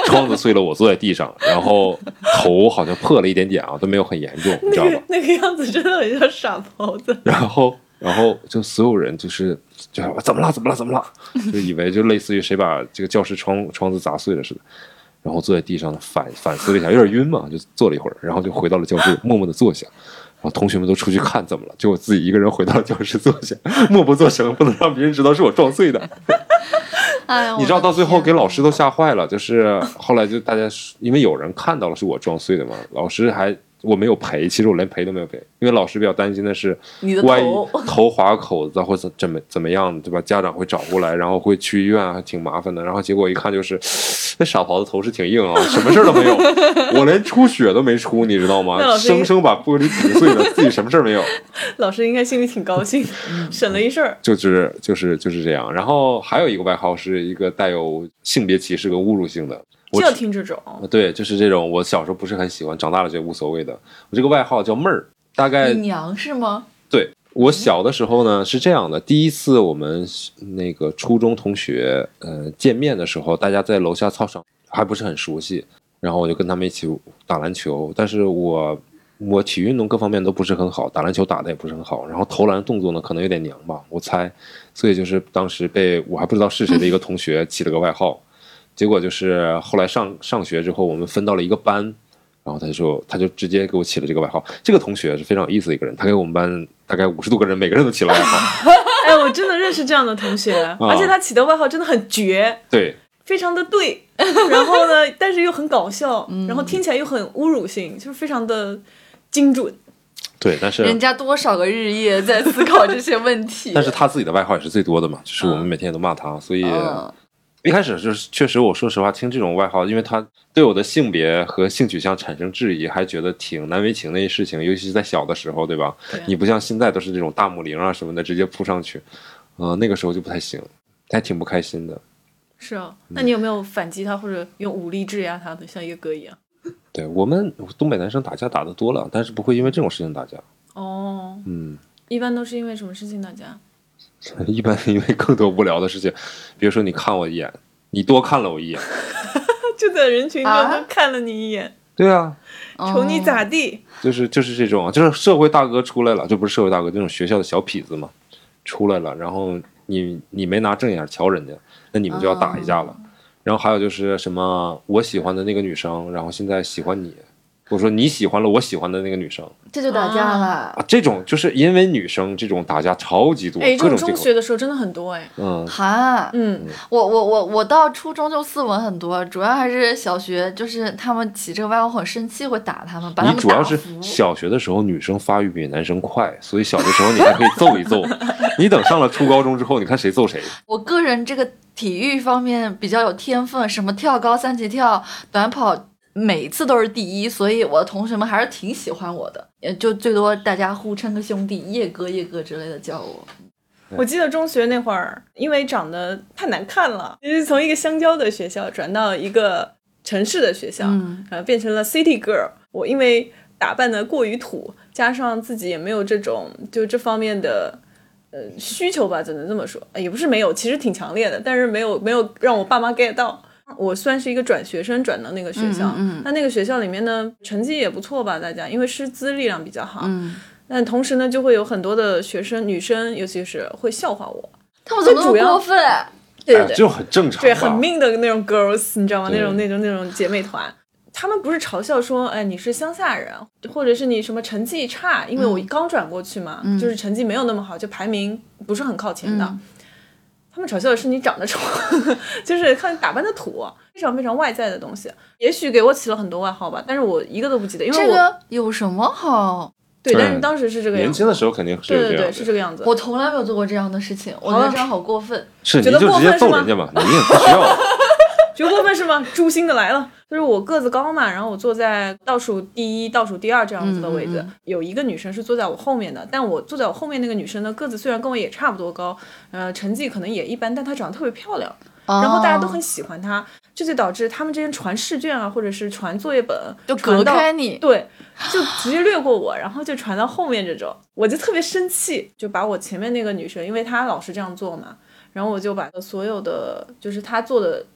[SPEAKER 1] 窗子碎了，我坐在地上，然后头好像破了一点点啊，都没有很严重，你知
[SPEAKER 2] 那
[SPEAKER 1] 道吗
[SPEAKER 2] 个？ 那个样子真的很像傻狍 子。
[SPEAKER 1] 然后然后就所有人就是就喊怎么了怎么了怎么了，就以为就类似于谁把这个教室窗窗子砸碎了似的。然后坐在地上反反思了一下，有点晕嘛，就坐了一会儿，然后就回到了教室，默默的坐下。然后同学们都出去看怎么了，就我自己一个人回到了教室坐下， 默不作声，不能让别人知道是我撞碎的。
[SPEAKER 3] 哎呀，
[SPEAKER 1] 你知道
[SPEAKER 3] 我的
[SPEAKER 1] 到最后
[SPEAKER 3] 天
[SPEAKER 1] 给老师都吓坏了，就是后来就大家说因为有人看到了是我撞碎的嘛，老师还我没有赔，其实我连赔都没有赔，因为老师比较担心的是
[SPEAKER 2] 你的
[SPEAKER 1] 万一
[SPEAKER 2] 头
[SPEAKER 1] 头划口子或者怎么怎么样，对吧？家长会找过来，然后会去医院，还挺麻烦的。然后结果一看就是， 那傻狍子头是挺硬 啊，什么事儿都没有，我连出血都没出，你知道吗
[SPEAKER 2] 那老？师应
[SPEAKER 1] 生生把玻璃捅碎了，自己什么事儿没有。
[SPEAKER 2] 老师应该心里挺高兴，
[SPEAKER 1] 嗯
[SPEAKER 2] 省了一事儿。
[SPEAKER 1] 就是就是就是这样。然后还有一个外号是一个带有性别歧视跟侮辱性的，我
[SPEAKER 2] 就要听这种，
[SPEAKER 1] 对，就是这种我小时候不是很喜欢，长大了觉得无所谓的。我这个外号叫妹儿，大
[SPEAKER 2] 嗯
[SPEAKER 1] 概
[SPEAKER 3] 你娘是吗？
[SPEAKER 1] 对我小的时候呢是这样的，第一次我们那个初中同学呃见面的时候，大家在楼下操场还不是很熟悉，然后我就跟他们一起打篮球，但是我。我体育运动各方面都不是很好，打篮球打的也不是很好，然后投篮动作呢可能有点娘吧，我猜，所以就是当时被我还不知道是谁的一个同学起了个外号，结果就是后来上上学之后，我们分到了一个班，然后他就说他就直接给我起了这个外号。这个同学是非常有意思的一个人，他给我们班大概五十多个人，每个人都起了外号。
[SPEAKER 2] 哎，我真的认识这样的同 学，
[SPEAKER 1] 啊
[SPEAKER 2] 而且他起的外号真的很绝，
[SPEAKER 1] 对，
[SPEAKER 2] 非常的对。 然后呢，但是又很搞笑，
[SPEAKER 1] 嗯
[SPEAKER 2] 然后听起来又很侮辱性，就是非常的精准。
[SPEAKER 1] 对，但是
[SPEAKER 3] 人家多少个日夜在思考这些问题，
[SPEAKER 1] 但是他自己的外号也是最多的嘛，就是我们每天也都骂他，所以
[SPEAKER 3] 嗯，
[SPEAKER 1] 一开始就是确实，我说实话，听这种外号，因为他对我的性别和性取向产生质疑，还觉得挺难为情的一事情，尤其是在小的时候，对吧？
[SPEAKER 2] 对啊
[SPEAKER 1] 你不像现在都是这种大母零啊什么的直接扑上去，嗯、那个时候就不太行，还挺不开心的。
[SPEAKER 2] 是啊，
[SPEAKER 1] 嗯
[SPEAKER 2] 那你有没有反击他或者用武力制压他的，像一个哥一样？
[SPEAKER 1] 对我们东北男生打架打的多了，但是不会因为这种事情打架。
[SPEAKER 2] 哦，
[SPEAKER 1] 嗯，
[SPEAKER 2] 一般都是因为什么事情打架？
[SPEAKER 1] 一般因为更多无聊的事情，比如说你看我一眼，你多看了我一眼，
[SPEAKER 2] 就在人群中
[SPEAKER 3] 啊哦
[SPEAKER 2] 都看了你一眼，
[SPEAKER 1] 对啊，
[SPEAKER 2] 瞅你咋地？
[SPEAKER 1] 就是就是这种，啊就是社会大哥出来了，这不是社会大哥，这种学校的小痞子嘛，出来了，然后你你没拿正眼瞧人家，那你们就要打一架
[SPEAKER 2] 哦
[SPEAKER 1] 了。然后还有就是什么，我喜欢的那个女生，然后现在喜欢你，或者说你喜欢了我喜欢的那个女生
[SPEAKER 3] 这就打架
[SPEAKER 1] 啊
[SPEAKER 3] 了。，
[SPEAKER 1] 这种就是因为女生这种打架超级多，
[SPEAKER 2] 哎，
[SPEAKER 1] 各
[SPEAKER 2] 这种
[SPEAKER 1] 种借
[SPEAKER 2] 中
[SPEAKER 1] 口，
[SPEAKER 2] 学的时候真的很多哎。
[SPEAKER 1] 嗯，
[SPEAKER 3] 哈，
[SPEAKER 2] 嗯，
[SPEAKER 3] 我我我我到初中就斯文很多，主要还是小学，就是他们起这个外号很生气，会打他们，把他
[SPEAKER 1] 你
[SPEAKER 3] 们
[SPEAKER 1] 主要
[SPEAKER 3] 打
[SPEAKER 1] 是
[SPEAKER 3] 服。
[SPEAKER 1] 小学的时候，女生发育比男生快，所以小的时候你还可以揍一揍，你等上了初高中之后，你看谁揍谁。
[SPEAKER 3] 我个人这个体育方面比较有天分，什么跳高、三级跳、短跑，每次都是第一，所以我的同学们还是挺喜欢我的。也就最多大家互称个兄弟，叶哥、叶哥之类的叫我。
[SPEAKER 2] 我记得中学那会儿，因为长得太难看了，就是从一个乡郊的学校转到一个城市的学校，
[SPEAKER 3] 嗯
[SPEAKER 2] 呃，变成了 city girl。我因为打扮的过于土，加上自己也没有这种就这方面的。呃，需求吧，只能这么说，呃也不是没有，其实挺强烈的，但是没有没有让我爸妈 get 到。我算是一个转学生转到那个学校，
[SPEAKER 3] 嗯嗯嗯
[SPEAKER 2] 那那个学校里面呢，成绩也不错吧，大家因为师资力量比较好，
[SPEAKER 3] 嗯，
[SPEAKER 2] 但同时呢，就会有很多的学生女生，尤其是会笑话我，
[SPEAKER 3] 他们怎么那
[SPEAKER 2] 主
[SPEAKER 3] 么
[SPEAKER 2] 要
[SPEAKER 3] 过分？
[SPEAKER 2] 对
[SPEAKER 1] 哎这很正常吧。
[SPEAKER 2] 对，很 mean 的那种 girls，你知道吗？
[SPEAKER 1] 对
[SPEAKER 2] 那种那种那种姐妹团，她们不是嘲笑说，哎，你是乡下人，或者是你什么成绩差，因为我刚转过去嘛，就是成绩没有那么好，就排名不是很靠前的。
[SPEAKER 3] 嗯
[SPEAKER 2] 他们嘲笑的是你长得丑， 就是看打扮的土，非常非常外在的东西。也许给我起了很多外号吧，但是我一个都不记得，因为
[SPEAKER 3] 这
[SPEAKER 2] 我、
[SPEAKER 3] 个有什么好？
[SPEAKER 2] 对，但是
[SPEAKER 1] 嗯
[SPEAKER 2] 当时是这个样
[SPEAKER 1] 年
[SPEAKER 2] 子，
[SPEAKER 1] 轻的时候肯定是
[SPEAKER 2] 对
[SPEAKER 1] 有这
[SPEAKER 2] 对
[SPEAKER 1] 样
[SPEAKER 2] 对，
[SPEAKER 1] 的，
[SPEAKER 2] 是这个样子。
[SPEAKER 3] 我从来没有做过这样的事情，我觉得
[SPEAKER 2] 了
[SPEAKER 3] 这样好过分。
[SPEAKER 1] 是
[SPEAKER 2] 觉
[SPEAKER 1] 你
[SPEAKER 2] 得
[SPEAKER 1] 就
[SPEAKER 2] 过
[SPEAKER 1] 直接
[SPEAKER 2] 分
[SPEAKER 1] 揍
[SPEAKER 2] 是吗
[SPEAKER 1] 人家吧，你也不需要。
[SPEAKER 2] 觉得过分是吗？诛心的来 了，就是我个子高嘛，然后我坐在倒数第一、倒数第二这样子的位置，
[SPEAKER 3] 嗯嗯
[SPEAKER 2] 有一个女生是坐在我后面的，但我坐在我后面那个女生呢，个子虽然跟我也差不多高，呃，成绩可能也一般，但她长得特别漂亮，然
[SPEAKER 3] 然
[SPEAKER 2] 后大家都很喜欢她，这就导致他们之间传试卷啊，或者是传作业本，
[SPEAKER 3] 就
[SPEAKER 2] 传
[SPEAKER 3] 隔
[SPEAKER 2] 到
[SPEAKER 3] 开你，
[SPEAKER 2] 对，就直接略过我，然后就传到后面这种，我就特别生气，就把我前面那个女生，因为她老是这样做嘛，然后我就把所有的就是她做的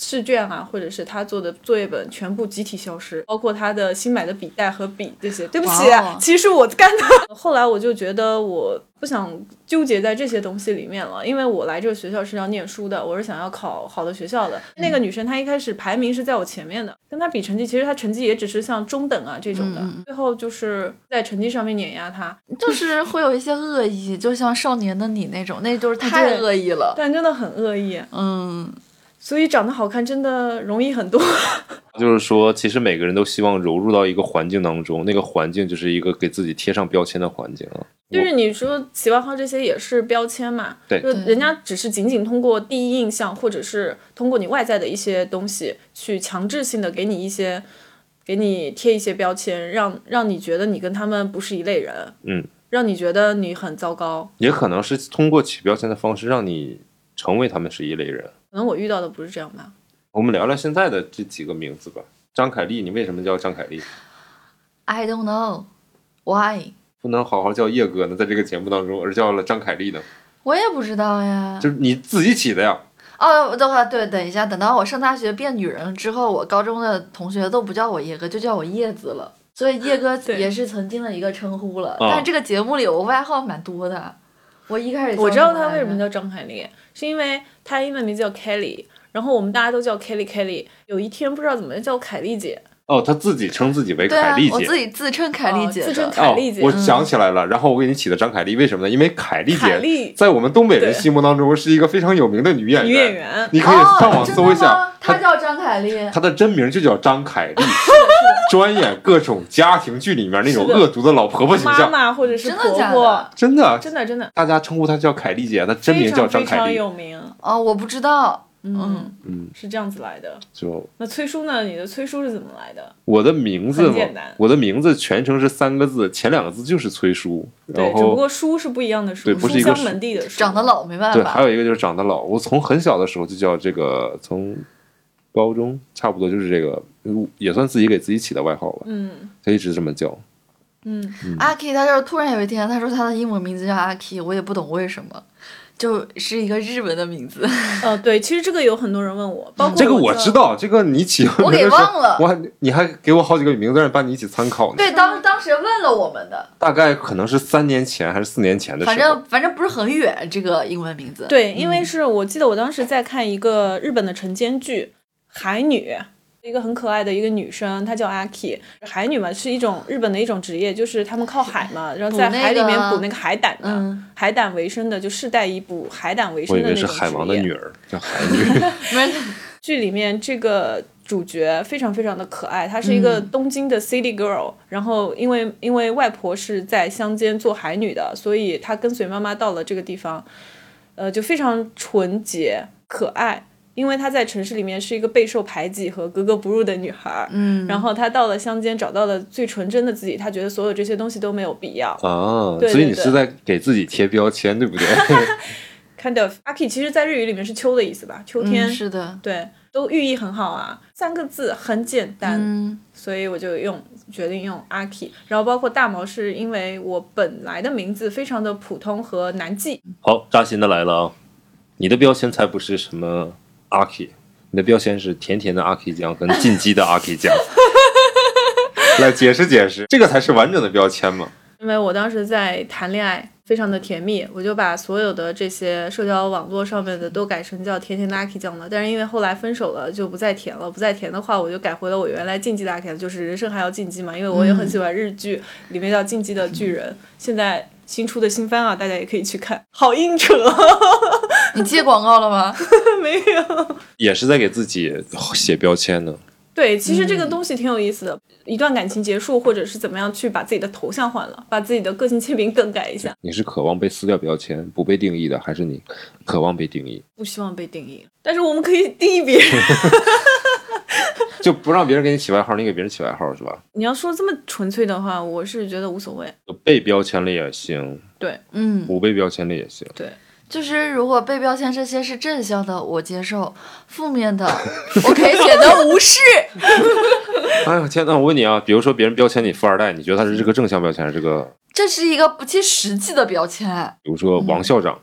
[SPEAKER 2] 试卷啊，或者是她做的作业本全部集体消失，包括她的新买的笔袋和笔这些。对不起
[SPEAKER 3] 哇哦，
[SPEAKER 2] 其实我干的。后来我就觉得我不想纠结在这些东西里面了，因为我来这个学校是要念书的，我是想要考好的学校的。那
[SPEAKER 3] 嗯
[SPEAKER 2] 个女生她一开始排名是在我前面的，跟她比成绩，其实她成绩也只是像中等啊这种的。
[SPEAKER 3] 嗯嗯
[SPEAKER 2] 最后就是在成绩上面碾压她，
[SPEAKER 3] 就是会有一些恶意，就像少年的你那种，那就是太
[SPEAKER 2] 啊对
[SPEAKER 3] 恶意了。
[SPEAKER 2] 但真的很恶意。
[SPEAKER 3] 嗯，
[SPEAKER 2] 所以长得好看真的容易很多。
[SPEAKER 1] 就是说，其实每个人都希望融入到一个环境当中，那个环境就是一个给自己贴上标签的环境啊。
[SPEAKER 2] 就是你说起外号这些也是标签嘛，
[SPEAKER 1] 对
[SPEAKER 2] 就人家只是仅仅通过第一印象，或者是通过你外在的一些东西，去强制性的给你一些，给你贴一些标签，让让你觉得你跟他们不是一类人，
[SPEAKER 1] 嗯，
[SPEAKER 2] 让你觉得你很糟糕。
[SPEAKER 1] 也可能是通过起标签的方式让你成为他们是一类人。
[SPEAKER 2] 可能我遇到的不是这样吧，
[SPEAKER 1] 我们聊聊现在的这几个名字吧。张凯丽，你为什么叫张凯丽？
[SPEAKER 3] I don't know why，
[SPEAKER 1] 不能好好叫叶哥呢，在这个节目当中，而叫了张凯丽呢？
[SPEAKER 3] 我也不知道呀。
[SPEAKER 1] 就是你自己起的呀。
[SPEAKER 3] 哦，等会儿对，等一下，等到我上大学变女人之后，我高中的同学都不叫我叶哥，就叫我叶子了。所以叶哥
[SPEAKER 2] 对
[SPEAKER 3] 也是曾经的一个称呼了。
[SPEAKER 1] 嗯
[SPEAKER 3] 但是这个节目里我外号蛮多的。我一开始
[SPEAKER 2] 我知道她
[SPEAKER 3] 他
[SPEAKER 2] 为什么叫张凯丽，是因为她英文名字叫 Kelly，然后我们大家都叫 Kelly Kelly，有一天不知道怎么就叫我凯丽姐，
[SPEAKER 1] 哦，她自己称自己为
[SPEAKER 3] 对啊
[SPEAKER 1] 凯丽，
[SPEAKER 3] 我
[SPEAKER 1] 姐。
[SPEAKER 3] 自己自称凯丽
[SPEAKER 2] 哦
[SPEAKER 3] 姐的、
[SPEAKER 2] 自称凯
[SPEAKER 1] 哦
[SPEAKER 2] 丽姐，嗯
[SPEAKER 1] 我想起来了，然后我给你起的张凯丽，为什么呢？因为凯丽
[SPEAKER 2] 凯
[SPEAKER 1] 姐
[SPEAKER 2] 丽
[SPEAKER 1] 在我们东北人
[SPEAKER 2] 对
[SPEAKER 1] 心目当中是一个非常有名的女演
[SPEAKER 2] 女演员。
[SPEAKER 1] 你可以上网搜一下，
[SPEAKER 3] 哦真的吗、她
[SPEAKER 1] 她
[SPEAKER 3] 叫张凯丽。
[SPEAKER 1] 她的真名就叫张凯 丽，专演各种家庭剧里面那种
[SPEAKER 2] 是的
[SPEAKER 1] 恶毒的老婆婆形
[SPEAKER 2] 妈
[SPEAKER 1] 象，
[SPEAKER 2] 妈或者是
[SPEAKER 3] 真
[SPEAKER 2] 婆
[SPEAKER 3] 的假
[SPEAKER 2] 婆
[SPEAKER 3] 的，？
[SPEAKER 1] 真的，啊
[SPEAKER 2] 真的真的，
[SPEAKER 1] 大家称呼她叫凯丽姐，她真名叫张
[SPEAKER 2] 非常非
[SPEAKER 1] 凯
[SPEAKER 2] 常
[SPEAKER 1] 丽。
[SPEAKER 2] 有名，
[SPEAKER 3] 哦，我不知道。
[SPEAKER 2] 嗯，
[SPEAKER 1] 嗯，
[SPEAKER 2] 是这样子来的。
[SPEAKER 1] 就
[SPEAKER 2] 那崔叔呢？你的崔叔是怎么来的？
[SPEAKER 1] 我的名字
[SPEAKER 2] 很
[SPEAKER 1] 嘛
[SPEAKER 2] 简单，
[SPEAKER 1] 我的名字全称是三个字，前两个字就是崔叔，
[SPEAKER 2] 对
[SPEAKER 1] 然，
[SPEAKER 2] 只不
[SPEAKER 1] 后
[SPEAKER 2] 过叔是不一样的叔
[SPEAKER 1] 对，不
[SPEAKER 2] 书
[SPEAKER 1] 是一个
[SPEAKER 2] 香
[SPEAKER 1] 叔
[SPEAKER 2] 门第的叔，
[SPEAKER 3] 长得老没办
[SPEAKER 1] 对，还
[SPEAKER 3] 法。
[SPEAKER 1] 有一个就是长得老，我从很小的时候就叫这个，从高中差不多就是这个，也算自己给自己起的外号吧，
[SPEAKER 2] 嗯
[SPEAKER 1] 就一直这么叫。
[SPEAKER 2] 嗯，
[SPEAKER 3] 阿 K，他就是突然有一天，他说他的英文名字叫阿 K，我也不懂为什么，就是一个日文的名字。
[SPEAKER 2] 呃，对，其实这个有很多人问我，包括
[SPEAKER 1] 这个我
[SPEAKER 2] 叫
[SPEAKER 1] 知，道，这个你起
[SPEAKER 3] 我给忘了
[SPEAKER 1] 我还你还给我好几个名字让帮你一起参考呢。
[SPEAKER 3] 对，当当时问了我们的，
[SPEAKER 1] 大概可能是三年前还是四年前的
[SPEAKER 3] 反
[SPEAKER 1] 时候，
[SPEAKER 3] 正反正不是很远，这个英文名字。，
[SPEAKER 2] 对，
[SPEAKER 1] 嗯
[SPEAKER 2] 因为是我记得我当时在看一个日本的晨间剧《海女》。一个很可爱的一个女生，她叫阿 k 海女嘛，是一种日本的一种职业，就是他们靠海嘛，然后在
[SPEAKER 3] 捕那
[SPEAKER 2] 海里面
[SPEAKER 3] 个
[SPEAKER 2] 捕那个海胆的，
[SPEAKER 3] 嗯
[SPEAKER 2] 海胆为生的，就世代以捕海胆为
[SPEAKER 1] 我
[SPEAKER 2] 生
[SPEAKER 1] 以
[SPEAKER 2] 的那
[SPEAKER 1] 为
[SPEAKER 2] 种
[SPEAKER 1] 是海王
[SPEAKER 2] 职
[SPEAKER 1] 的
[SPEAKER 2] 业
[SPEAKER 1] 女儿，叫海女。
[SPEAKER 3] 没
[SPEAKER 2] 剧里面这个主角非常非常的可爱，她是一个
[SPEAKER 3] 嗯
[SPEAKER 2] 东京的 city girl，、然后因为因为外婆是在乡间做海女的，所以她跟随妈妈到了这个地方，呃，就非常纯洁可爱。因为她在城市里面是一个备受排挤和格格不入的女孩，嗯，然后她到了乡间找到了最纯真的自己，她觉得所有这些东西都没有必要，
[SPEAKER 1] 啊，
[SPEAKER 2] 对
[SPEAKER 1] 所以
[SPEAKER 2] 对
[SPEAKER 1] 你
[SPEAKER 2] 对
[SPEAKER 1] 是在给自己贴标签，对不 对？
[SPEAKER 2] kind of aki 其实，在日语里面是秋的意思吧？秋天、
[SPEAKER 3] 嗯，是的，
[SPEAKER 2] 对，都寓意很好啊。三个字很简单，
[SPEAKER 3] 嗯
[SPEAKER 2] 所以我就用决定用 aki。然后包括大毛，是因为我本来的名字非常的普通和难记。
[SPEAKER 1] 好，扎心的来了啊！你的标签才不是什么阿 K，你的标签是甜甜的阿 K 酱跟进击的阿 K 酱。
[SPEAKER 4] 来解释解释，这个才是完整的标签嘛。
[SPEAKER 2] 因为我当时在谈恋爱，非常的甜蜜，我就把所有的这些社交网络上面的都改成叫甜甜的 aki 酱了。但是因为后来分手了，就不再甜了。不再甜的话，我就改回了我原来禁忌的 aki，就是人生还要禁忌嘛。因为我也很喜欢日剧，里面叫《进击的巨人》，现在新出的新番啊，大家也可以去看。好硬扯，
[SPEAKER 3] 你接广告了吗？
[SPEAKER 2] 没有。
[SPEAKER 1] 也是在给自己写标签的。
[SPEAKER 2] 对，其实这个东西挺有意思的。一段感情结束，或者是怎么样去把自己的头像换了，把自己的个性签名更改一下，
[SPEAKER 1] 你是渴望被撕掉标签、不被定义的，还是你渴望被定义，
[SPEAKER 2] 不希望被定义。但是我们可以定义别人。
[SPEAKER 1] 就不让别人给你起外号，你给别人起外号是吧？
[SPEAKER 2] 你要说这么纯粹的话，我是觉得无所谓。
[SPEAKER 1] 被标签了也行，
[SPEAKER 3] 嗯，
[SPEAKER 1] 不被标签了也行。
[SPEAKER 3] 就是如果被标签这些是正向的，我接受；负 面的，我可以选择无视。
[SPEAKER 1] 哎呀天哪！我问你啊，比如说别人标签你富二代，你觉得他是这个正向标签还是这个？
[SPEAKER 3] 这是一个不切实际的标签。
[SPEAKER 1] 比如说王校长，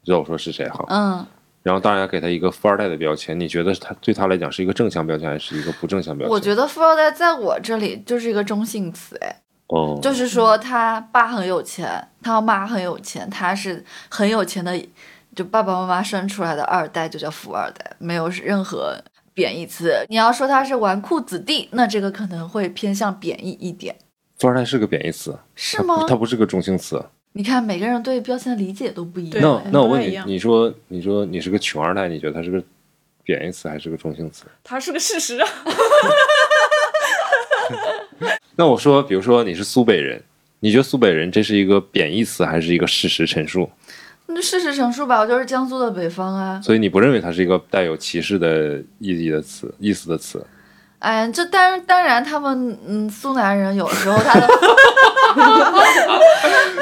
[SPEAKER 1] 你知道我说是谁哈？
[SPEAKER 3] 嗯，
[SPEAKER 1] 然后大家给他一个富二代的标签，你觉得他对他来讲是一个正向标签还是一个不正向标签？
[SPEAKER 3] 我觉得富二代在我这里就是一个中性词，哎，
[SPEAKER 1] 哦，
[SPEAKER 3] 就是说他爸很有钱，他妈很有钱，他是很有钱的，就爸爸妈妈生出来的二代就叫富二代，没有任何贬义词。你要说他是纨绔子弟，那这个可能会偏向贬义一点，
[SPEAKER 1] 富二代是个贬义词，
[SPEAKER 3] 是
[SPEAKER 1] 它不
[SPEAKER 3] 吗？
[SPEAKER 1] 它不是个中性词。
[SPEAKER 3] 你看每个人对标签的理解都不一样。
[SPEAKER 2] 对
[SPEAKER 1] 那
[SPEAKER 2] 不
[SPEAKER 1] 那我
[SPEAKER 2] 太
[SPEAKER 1] 问
[SPEAKER 2] 一
[SPEAKER 1] 你
[SPEAKER 2] 样，
[SPEAKER 1] 你说你说你是个穷二代，你觉得他是个贬义词还是个中性词？
[SPEAKER 2] 它是个事实啊。
[SPEAKER 1] 那我说，比如说你是苏北人，你觉得苏北人这是一个贬义词还是一个事实陈述？
[SPEAKER 3] 那事实陈述吧，我就是江苏的北方啊。
[SPEAKER 1] 所以你不认为它是一个带有歧视的意义的词意思的词？
[SPEAKER 3] 哎，这当然当然，他们嗯，苏南人有时候他 的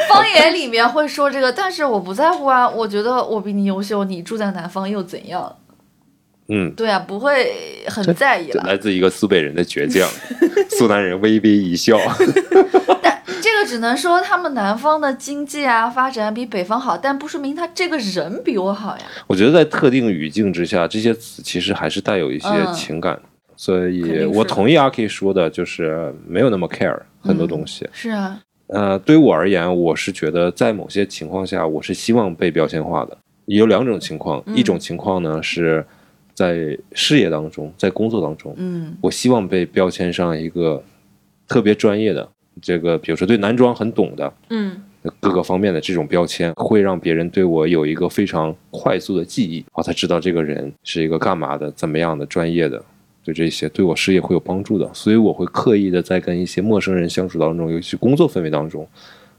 [SPEAKER 3] 方言里面会说这个，但是我不在乎啊。我觉得我比你优秀，你住在南方又怎样？
[SPEAKER 1] 嗯，
[SPEAKER 3] 对啊，不会很在意
[SPEAKER 1] 这
[SPEAKER 3] 了。
[SPEAKER 1] 来自一个苏北人的倔强，苏南人微微一笑。
[SPEAKER 3] 但这个只能说他们南方的经济啊发展比北方好，但不说明他这个人比我好呀。
[SPEAKER 1] 我觉得在特定语境之下，这些词其实还是带有一些情感，所
[SPEAKER 3] 嗯肯
[SPEAKER 1] 以
[SPEAKER 3] 定是
[SPEAKER 1] 我同意阿 K 说的，就是没有那么 care 很多东西。
[SPEAKER 3] 是啊，
[SPEAKER 1] 呃，对于我而言，我是觉得在某些情况下，我是希望被标签化的。有两种情况，
[SPEAKER 3] 嗯
[SPEAKER 1] 一种情况呢是在事业当中，在工作当中，
[SPEAKER 3] 嗯
[SPEAKER 1] 我希望被标签上一个特别专业的，这个比如说对男装很懂的，
[SPEAKER 2] 嗯，
[SPEAKER 1] 各个方面的这种标签，会让别人对我有一个非常快速的记忆，我才知道这个人是一个干嘛的、怎么样的、专业的，对这些对我事业会有帮助的。所以我会刻意的在跟一些陌生人相处当中，尤其工作氛围当中，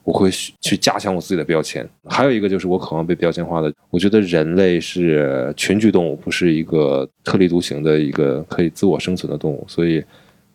[SPEAKER 1] 我会去去加强我自己的标签。还有一个就是我渴望被标签化的，我觉得人类是群居动物，不是一个特立独行的一个可以自我生存的动物，所以。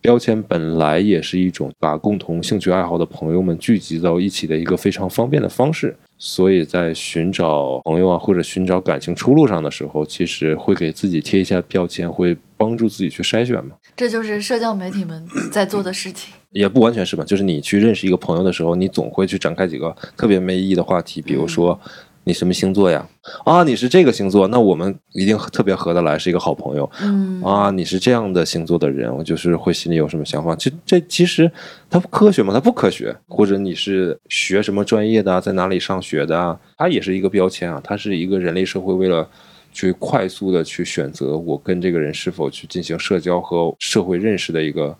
[SPEAKER 1] 标签本来也是一种把共同兴趣爱好的朋友们聚集到一起的一个非常方便的方式，所以在寻找朋友啊或者寻找感情出路上的时候，其实会给自己贴一下标签，会帮助自己去筛选嘛。
[SPEAKER 3] 这就是社交媒体们在做的事情。
[SPEAKER 1] 也不完全是吧，就是你去认识一个朋友的时候，你总会去展开几个特别没意义的话题，比如说你什么星座呀？啊，你是这个星座，那我们一定特别合得来，是一个好朋友。
[SPEAKER 3] 嗯，
[SPEAKER 1] 啊，你是这样的星座的人，我就是会心里有什么想法。这这其实它不科学吗？它不科学。或者你是学什么专业的啊，在哪里上学的啊？它也是一个标签啊，它是一个人类社会为了去快速的去选择我跟这个人是否去进行社交和社会认识的一个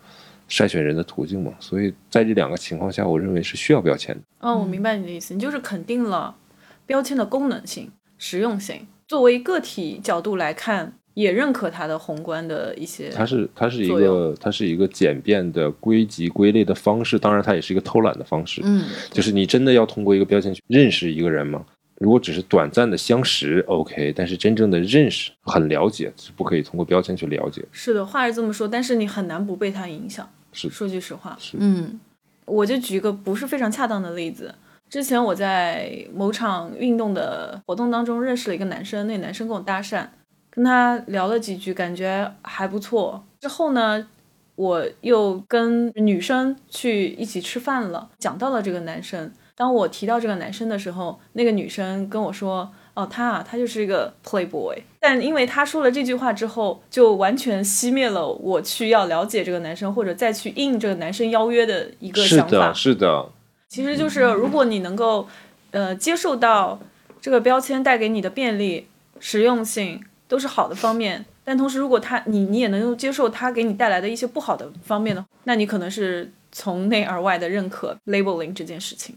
[SPEAKER 1] 筛选人的途径嘛。所以在这两个情况下，我认为是需要标签的。
[SPEAKER 2] 哦，我明白你的意思，你就是肯定了标签的功能性、实用性。作为个体角度来看，也认可它的宏观的一些，
[SPEAKER 1] 它是它是一
[SPEAKER 2] 作
[SPEAKER 1] 个它是一个简便的归集归类的方式，当然它也是一个偷懒的方式。
[SPEAKER 3] 嗯，
[SPEAKER 1] 就是你真的要通过一个标签去认识一个人吗？如果只是短暂的相识，OK，但是真正的认识、很了解是不可以通过标签去了解。
[SPEAKER 2] 是的，话是这么说，但是你很难不被它影响。
[SPEAKER 1] 是
[SPEAKER 2] 说句实话，
[SPEAKER 3] 嗯
[SPEAKER 2] 我就举一个不是非常恰当的例子。之前我在某场运动的活动当中认识了一个男生，那个男生跟我搭讪，跟他聊了几句，感觉还不错。之后呢，我又跟女生去一起吃饭了，讲到了这个男生。当我提到这个男生的时候，那个女生跟我说：“哦，他啊，他就是一个 playboy。”但因为他说了这句话之后，就完全熄灭了我去要了解这个男生或者再去应这个男生邀约的一个
[SPEAKER 1] 是
[SPEAKER 2] 想法
[SPEAKER 1] 的，。是的，
[SPEAKER 2] 其实就是如果你能够，呃，接受到这个标签带给你的便利、实用性，都是好的方面。但同时，如果它你你也能够接受它给你带来的一些不好的方面的话，那你可能是从内而外的认可 labeling 这件事情。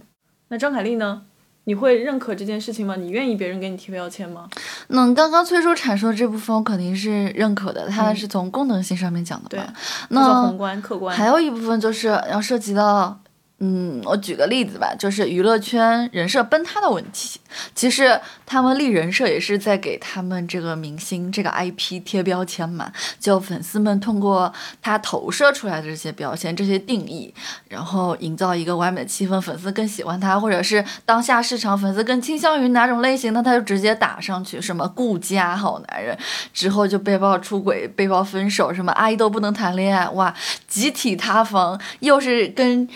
[SPEAKER 2] 那张凯丽呢？你会认可这件事情吗？你愿意别人给你贴标签吗？
[SPEAKER 3] 那嗯刚刚崔叔阐述的这部分，我肯定是认可的，它
[SPEAKER 2] 嗯
[SPEAKER 3] 是从功能性上面讲的
[SPEAKER 2] 对
[SPEAKER 3] 嘛。
[SPEAKER 2] 就算
[SPEAKER 3] 那
[SPEAKER 2] 宏观、客观，
[SPEAKER 3] 还有一部分就是呃要涉及到，嗯，我举个例子吧，就是娱乐圈人设崩塌的问题。其实他们立人设也是在给他们这个明星这个 IP 贴标签嘛，就粉丝们通过他投射出来的这些标签、这些定义，然后营造一个完美的气氛，粉丝更喜欢他，或者是当下市场粉丝更倾向于哪种类型，那他就直接打上去，什么顾家好男人，之后就被曝出轨、被曝分手，什么阿姨都不能谈恋爱，哇，集体塌房，又是跟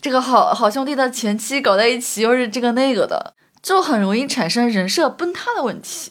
[SPEAKER 3] 这个好好兄弟的前妻搞在一起，又是这个那个的，就很容易产生人设崩塌的问题。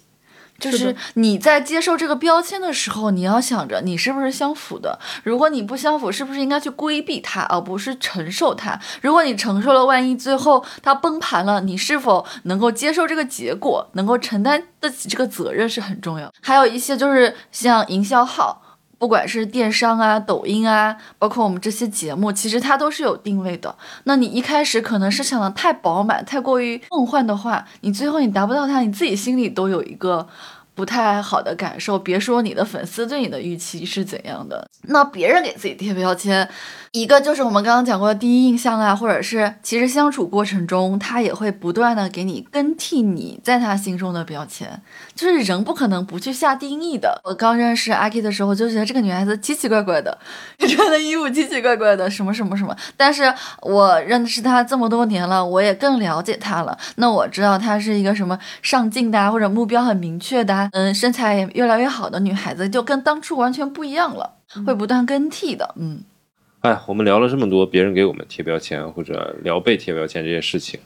[SPEAKER 3] 就是是
[SPEAKER 2] 的
[SPEAKER 3] 你在接受这个标签的时候，你要想着你是不是相符的。如果你不相符，是不是应该去规避它，而不是承受它？如果你承受了，万一最后它崩盘了，你是否能够接受这个结果，能够承担得起这个责任是很重要。还有一些就是像营销号。不管是电商啊、抖音啊，包括我们这些节目，其实它都是有定位的。那你一开始可能是想的太饱满、太过于梦幻的话，你最后你达不到它，你自己心里都有一个不太好的感受。别说你的粉丝对你的预期是怎样的，那别人给自己贴标签，一个就是我们刚刚讲过的第一印象啊，或者是其实相处过程中，他也会不断的给你更替你在他心中的标签，就是人不可能不去下定义的。我刚认识阿 K 的时候，就觉得这个女孩子奇奇怪怪的，穿的衣服奇奇怪怪的，什么什么什么。但是我认识她这么多年了，我也更了解她了。那我知道她是一个什么上进的、啊，或者目标很明确的、啊，嗯，身材也越来越好的女孩子，就跟当初完全不一样了，会不断更替的。嗯，
[SPEAKER 1] 哎，我们聊了这么多，别人给我们贴标签或者聊被贴标签这些事情，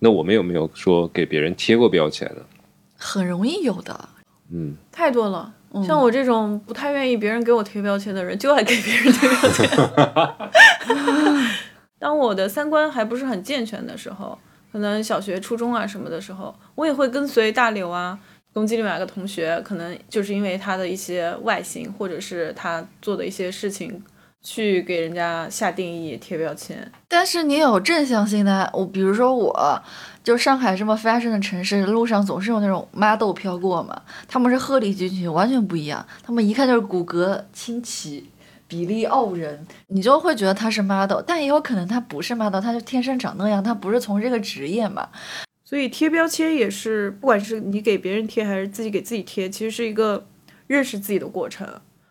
[SPEAKER 1] 那我们有没有说给别人贴过标签呢？
[SPEAKER 3] 很容易有的。
[SPEAKER 1] 嗯，
[SPEAKER 2] 太多了。
[SPEAKER 3] 嗯
[SPEAKER 2] 像我这种不太愿意别人给我贴标签的人，就爱给别人贴标签。 当我的三观还不是很健全的时候，可能小学、初中啊什么的时候，我也会跟随大流啊，攻击另外一个同学，可能就是因为他的一些外形或者是他做的一些事情，去给人家下定义、贴标签。
[SPEAKER 3] 但是你有正向性的，我比如说我，就上海这么 fashion 的城市，路上总是有那种 model 飘过嘛，他们是鹤立鸡群，完全不一样，他们一看就是骨骼清奇。比利傲人，你就会觉得他是 model，但也有可能他不是 model，他就天生长那样，他不是从事这个职业嘛。
[SPEAKER 2] 所以贴标签也是，不管是你给别人贴还是自己给自己贴，其实是一个认识自己的过程。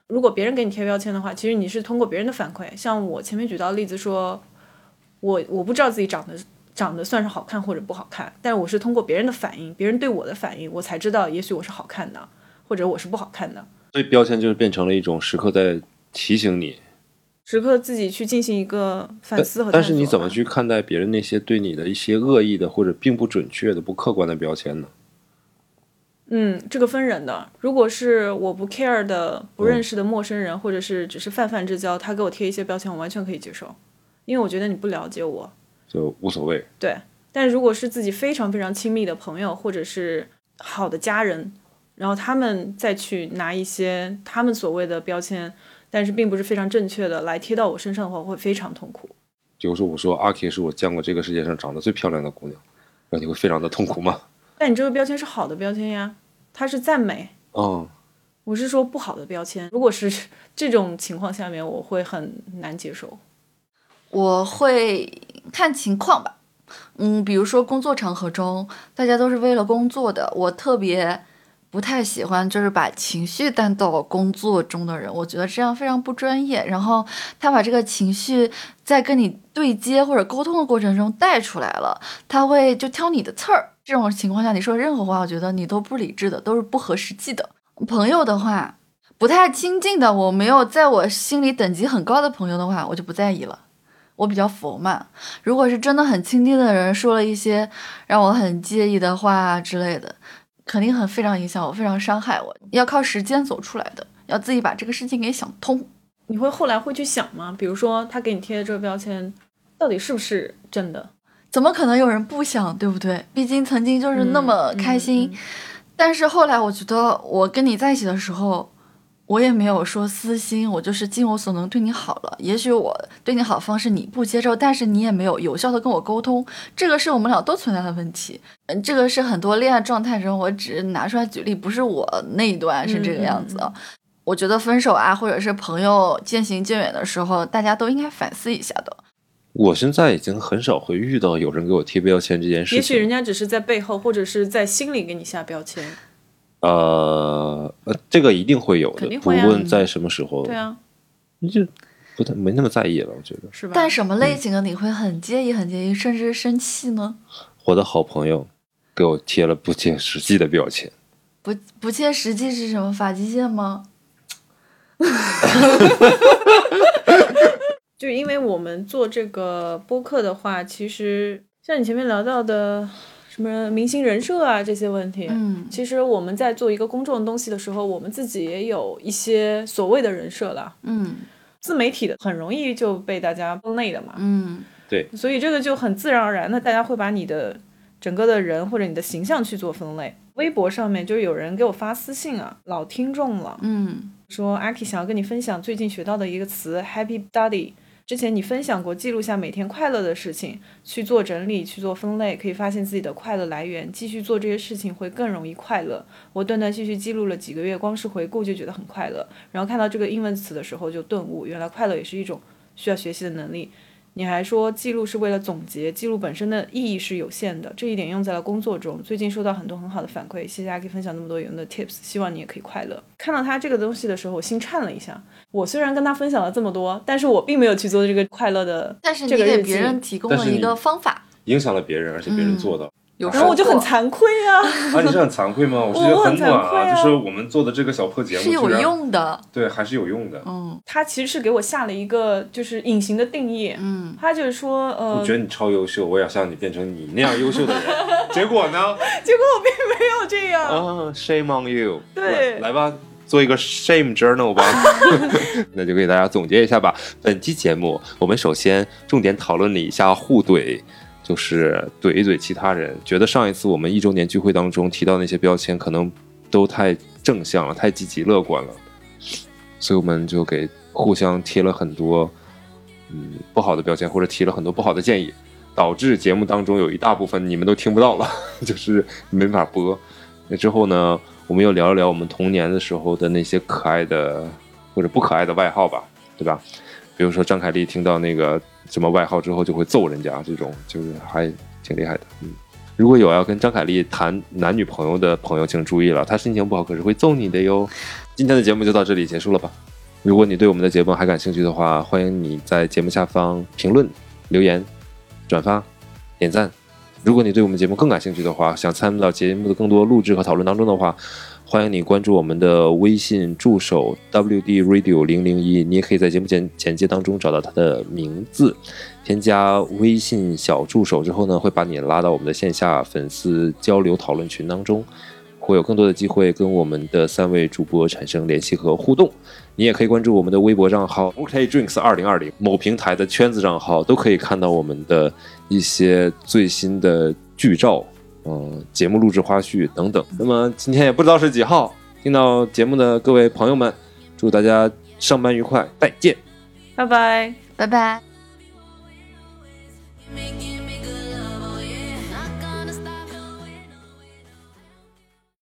[SPEAKER 2] 如果别人给你贴标签的话，其实你是通过别人的反馈。像我前面举到的例子说，我我不知道自己长得长得算是好看或者不好看，但我是通过别人的反应，别人对我的反应，我才知道也许我是好看的，或者我是不好看的。
[SPEAKER 1] 所以标签就是变成了一种时刻在提醒你，
[SPEAKER 2] 时刻自己去进行一个反思和
[SPEAKER 1] 但
[SPEAKER 2] 探
[SPEAKER 1] 是你
[SPEAKER 2] 索
[SPEAKER 1] 怎
[SPEAKER 2] 吧
[SPEAKER 1] 么去看待别人那些对你的一些恶意的或者并不准确的、不客观的标签呢？
[SPEAKER 2] 嗯，这个分人的。如果是我不 care 的、不认识的陌生人，或者是只是泛泛之交，他给我贴一些标签，我完全可以接受，因为我觉得你不了解我。
[SPEAKER 1] 就无所谓。
[SPEAKER 2] 对，但如果是自己非常非常亲密的朋友，或者是好的家人，然后他们再去拿一些他们所谓的标签，但是并不是非常正确的来贴到我身上的话，我会非常痛苦。
[SPEAKER 1] 比如说，我说阿 K 是我见过这个世界上长得最漂亮的姑娘，那你会非常的痛苦吗？
[SPEAKER 2] 但你这个标签是好的标签呀，它是赞美，
[SPEAKER 1] 嗯，
[SPEAKER 2] 我是说不好的标签，如果是 这种情况下面，我会很难接受。
[SPEAKER 3] 我会看情况吧，嗯，比如说工作场合中，大家都是为了工作的，我特别不太喜欢就是把情绪带到工作中的人，我觉得这样非常不专业。然后他把这个情绪在跟你对接或者沟通的过程中带出来了，他会就挑你的刺儿。这种情况下，你说任何话，我觉得你都不理智的，都是不合实际的。朋友的话，不太亲近的，我没有在我心里等级很高的朋友的话，我就不在意了。我比较佛嘛，如果是真的很亲近的人说了一些让我很介意的话之类的，肯定很非常影响我，非常伤害我。要靠时间走出来的，要自己把这个事情给想通。
[SPEAKER 2] 你会后来会去想吗？比如说他给你贴的这个标签，到底是不是真的？
[SPEAKER 3] 怎么可能有人不想，对不对？毕竟曾经就是那么
[SPEAKER 2] 嗯
[SPEAKER 3] 开心，
[SPEAKER 2] 嗯嗯
[SPEAKER 3] 但是后来我觉得我跟你在一起的时候，我也没有说私心，我就是尽我所能对你好了。也许我对你好方式你不接受，但是你也没有有效的跟我沟通，这个是我们俩都存在的问题。嗯，这个是很多恋爱状态中，我只拿出来举例，不是我那一段是这个样子。
[SPEAKER 2] 嗯嗯
[SPEAKER 3] 啊。我觉得分手啊，或者是朋友渐行渐远的时候，大家都应该反思一下的。
[SPEAKER 1] 我现在已经很少会遇到有人给我贴标签这件事
[SPEAKER 2] 也许人
[SPEAKER 1] 情。
[SPEAKER 2] 家只是在背后或者是在心里给你下标签。
[SPEAKER 1] 呃呃，这个一定会有的
[SPEAKER 2] 肯，定
[SPEAKER 1] 不
[SPEAKER 2] 会啊
[SPEAKER 1] 论在什么时候，
[SPEAKER 2] 对啊，
[SPEAKER 1] 你就不太没那么在意了。我觉得
[SPEAKER 2] 是吧？
[SPEAKER 3] 但什么
[SPEAKER 2] 嗯
[SPEAKER 3] 类型的你会很介意、很介意，甚至生气呢？
[SPEAKER 1] 我的好朋友给我贴了不切实际的标签，
[SPEAKER 3] 不不切实际是什么？发际线吗？
[SPEAKER 2] 就因为我们做这个播客的话，其实像你前面聊到的什么明星人设啊这些问题，
[SPEAKER 3] 嗯
[SPEAKER 2] 其实我们在做一个公众的东西的时候，我们自己也有一些所谓的人设啦。
[SPEAKER 3] 嗯
[SPEAKER 2] 自媒体的很容易就被大家分类的嘛，
[SPEAKER 3] 嗯
[SPEAKER 2] 所以这个就很自然而然的，大家会把你的整个的人或者你的形象去做分类。微博上面就有人给我发私信啊，老听众了，
[SPEAKER 3] 嗯
[SPEAKER 2] 说阿 K 想要跟你分享最近学到的一个词 “happy study”。之前你分享过记录下每天快乐的事情，去做整理，去做分类，可以发现自己的快乐来源，继续做这些事情会更容易快乐。我断断续续记录了几个月，光是回顾就觉得很快乐。然后看到这个英文词的时候就顿悟，原来快乐也是一种需要学习的能力。你还说记录是为了总结，记录本身的意义是有限的，这一点用在了工作中。最近收到很多很好的反馈，谢谢大家可以分享那么多有用的 tips，希望你也可以快乐。看到他这个东西的时候，我心颤了一下。我虽然跟他分享了这么多，但是我并没有去做这个快乐的，
[SPEAKER 3] 但是你
[SPEAKER 2] 这个日记
[SPEAKER 3] 给别人提供
[SPEAKER 1] 但
[SPEAKER 3] 了
[SPEAKER 1] 是
[SPEAKER 3] 一
[SPEAKER 1] 你
[SPEAKER 3] 个方法，
[SPEAKER 1] 影响了别人，而且别人做
[SPEAKER 2] 嗯
[SPEAKER 1] 到。
[SPEAKER 3] 有
[SPEAKER 2] 然后我就很
[SPEAKER 3] 收获
[SPEAKER 2] 惭愧啊。
[SPEAKER 4] 啊，你是很惭愧吗？我是觉得
[SPEAKER 2] 我
[SPEAKER 4] 很
[SPEAKER 2] 很
[SPEAKER 4] 暖
[SPEAKER 2] 惭愧
[SPEAKER 4] 啊，
[SPEAKER 2] 啊
[SPEAKER 4] 就是我们做的这个小破节目
[SPEAKER 3] 是有
[SPEAKER 4] 居然，
[SPEAKER 3] 用的。
[SPEAKER 4] 对，还是有用的。
[SPEAKER 3] 嗯
[SPEAKER 2] 他其实是给我下了一个就是隐形的定义，
[SPEAKER 3] 嗯，
[SPEAKER 2] 他就是说，呃，
[SPEAKER 4] 我觉得你超优秀，我也要像你变成你那样优 秀的人。结果呢？
[SPEAKER 2] 结果我并没有这
[SPEAKER 4] 呃
[SPEAKER 2] 样。
[SPEAKER 1] 啊，shame Oh, on you！
[SPEAKER 2] 对
[SPEAKER 1] 来来吧，做一个 shame journal 吧。那就给大家总结一下吧。本期节目，我们首先重点讨论了一下互怼，就是怼一怼其他人。觉得上一次我们一周年聚会当中提到那些标签，可能都太正向了，太积极乐观了，所以我们就给互相贴了很多嗯不好的标签，或者提了很多不好的建议。导致节目当中有一大部分你们都听不到了， 就是没法播。那之后呢，我们又聊一聊我们童年的时候的那些可爱的或者不可爱的外号吧，对吧？比如说张凯丽听到那个什么外号之后就会揍人家，这种就是还挺厉害的。嗯，如果有要跟张凯丽谈男女朋友的朋友，请注意了，她心情不好可是会揍你的哟。今天的节目就到这里结束了吧？如果你对我们的节目还感兴趣的话，欢迎你在节目下方评论、留言、转发、点赞。如果你对我们节目更感兴趣的话，想参与到节目的更多录制和讨论当中的话，欢迎你关注我们的微信助手 WD Radio 零零一，你也可以在节目简简介当中找到他的名字，添加微信小助手之后呢，会把你拉到我们的线下粉丝交流讨论群当中，会有更多的机会跟我们的三位主播产生联系和互动。你也可以关注我们的微博账号 OK Drinks 二零二零某平台的圈子账号，都可以看到我们的一些最新的剧照，嗯，节目录制花絮等等。那么今天也不知道是几号，听到节目的各位朋友们，祝大家上班愉快，再见。
[SPEAKER 2] 拜拜。
[SPEAKER 3] 拜拜。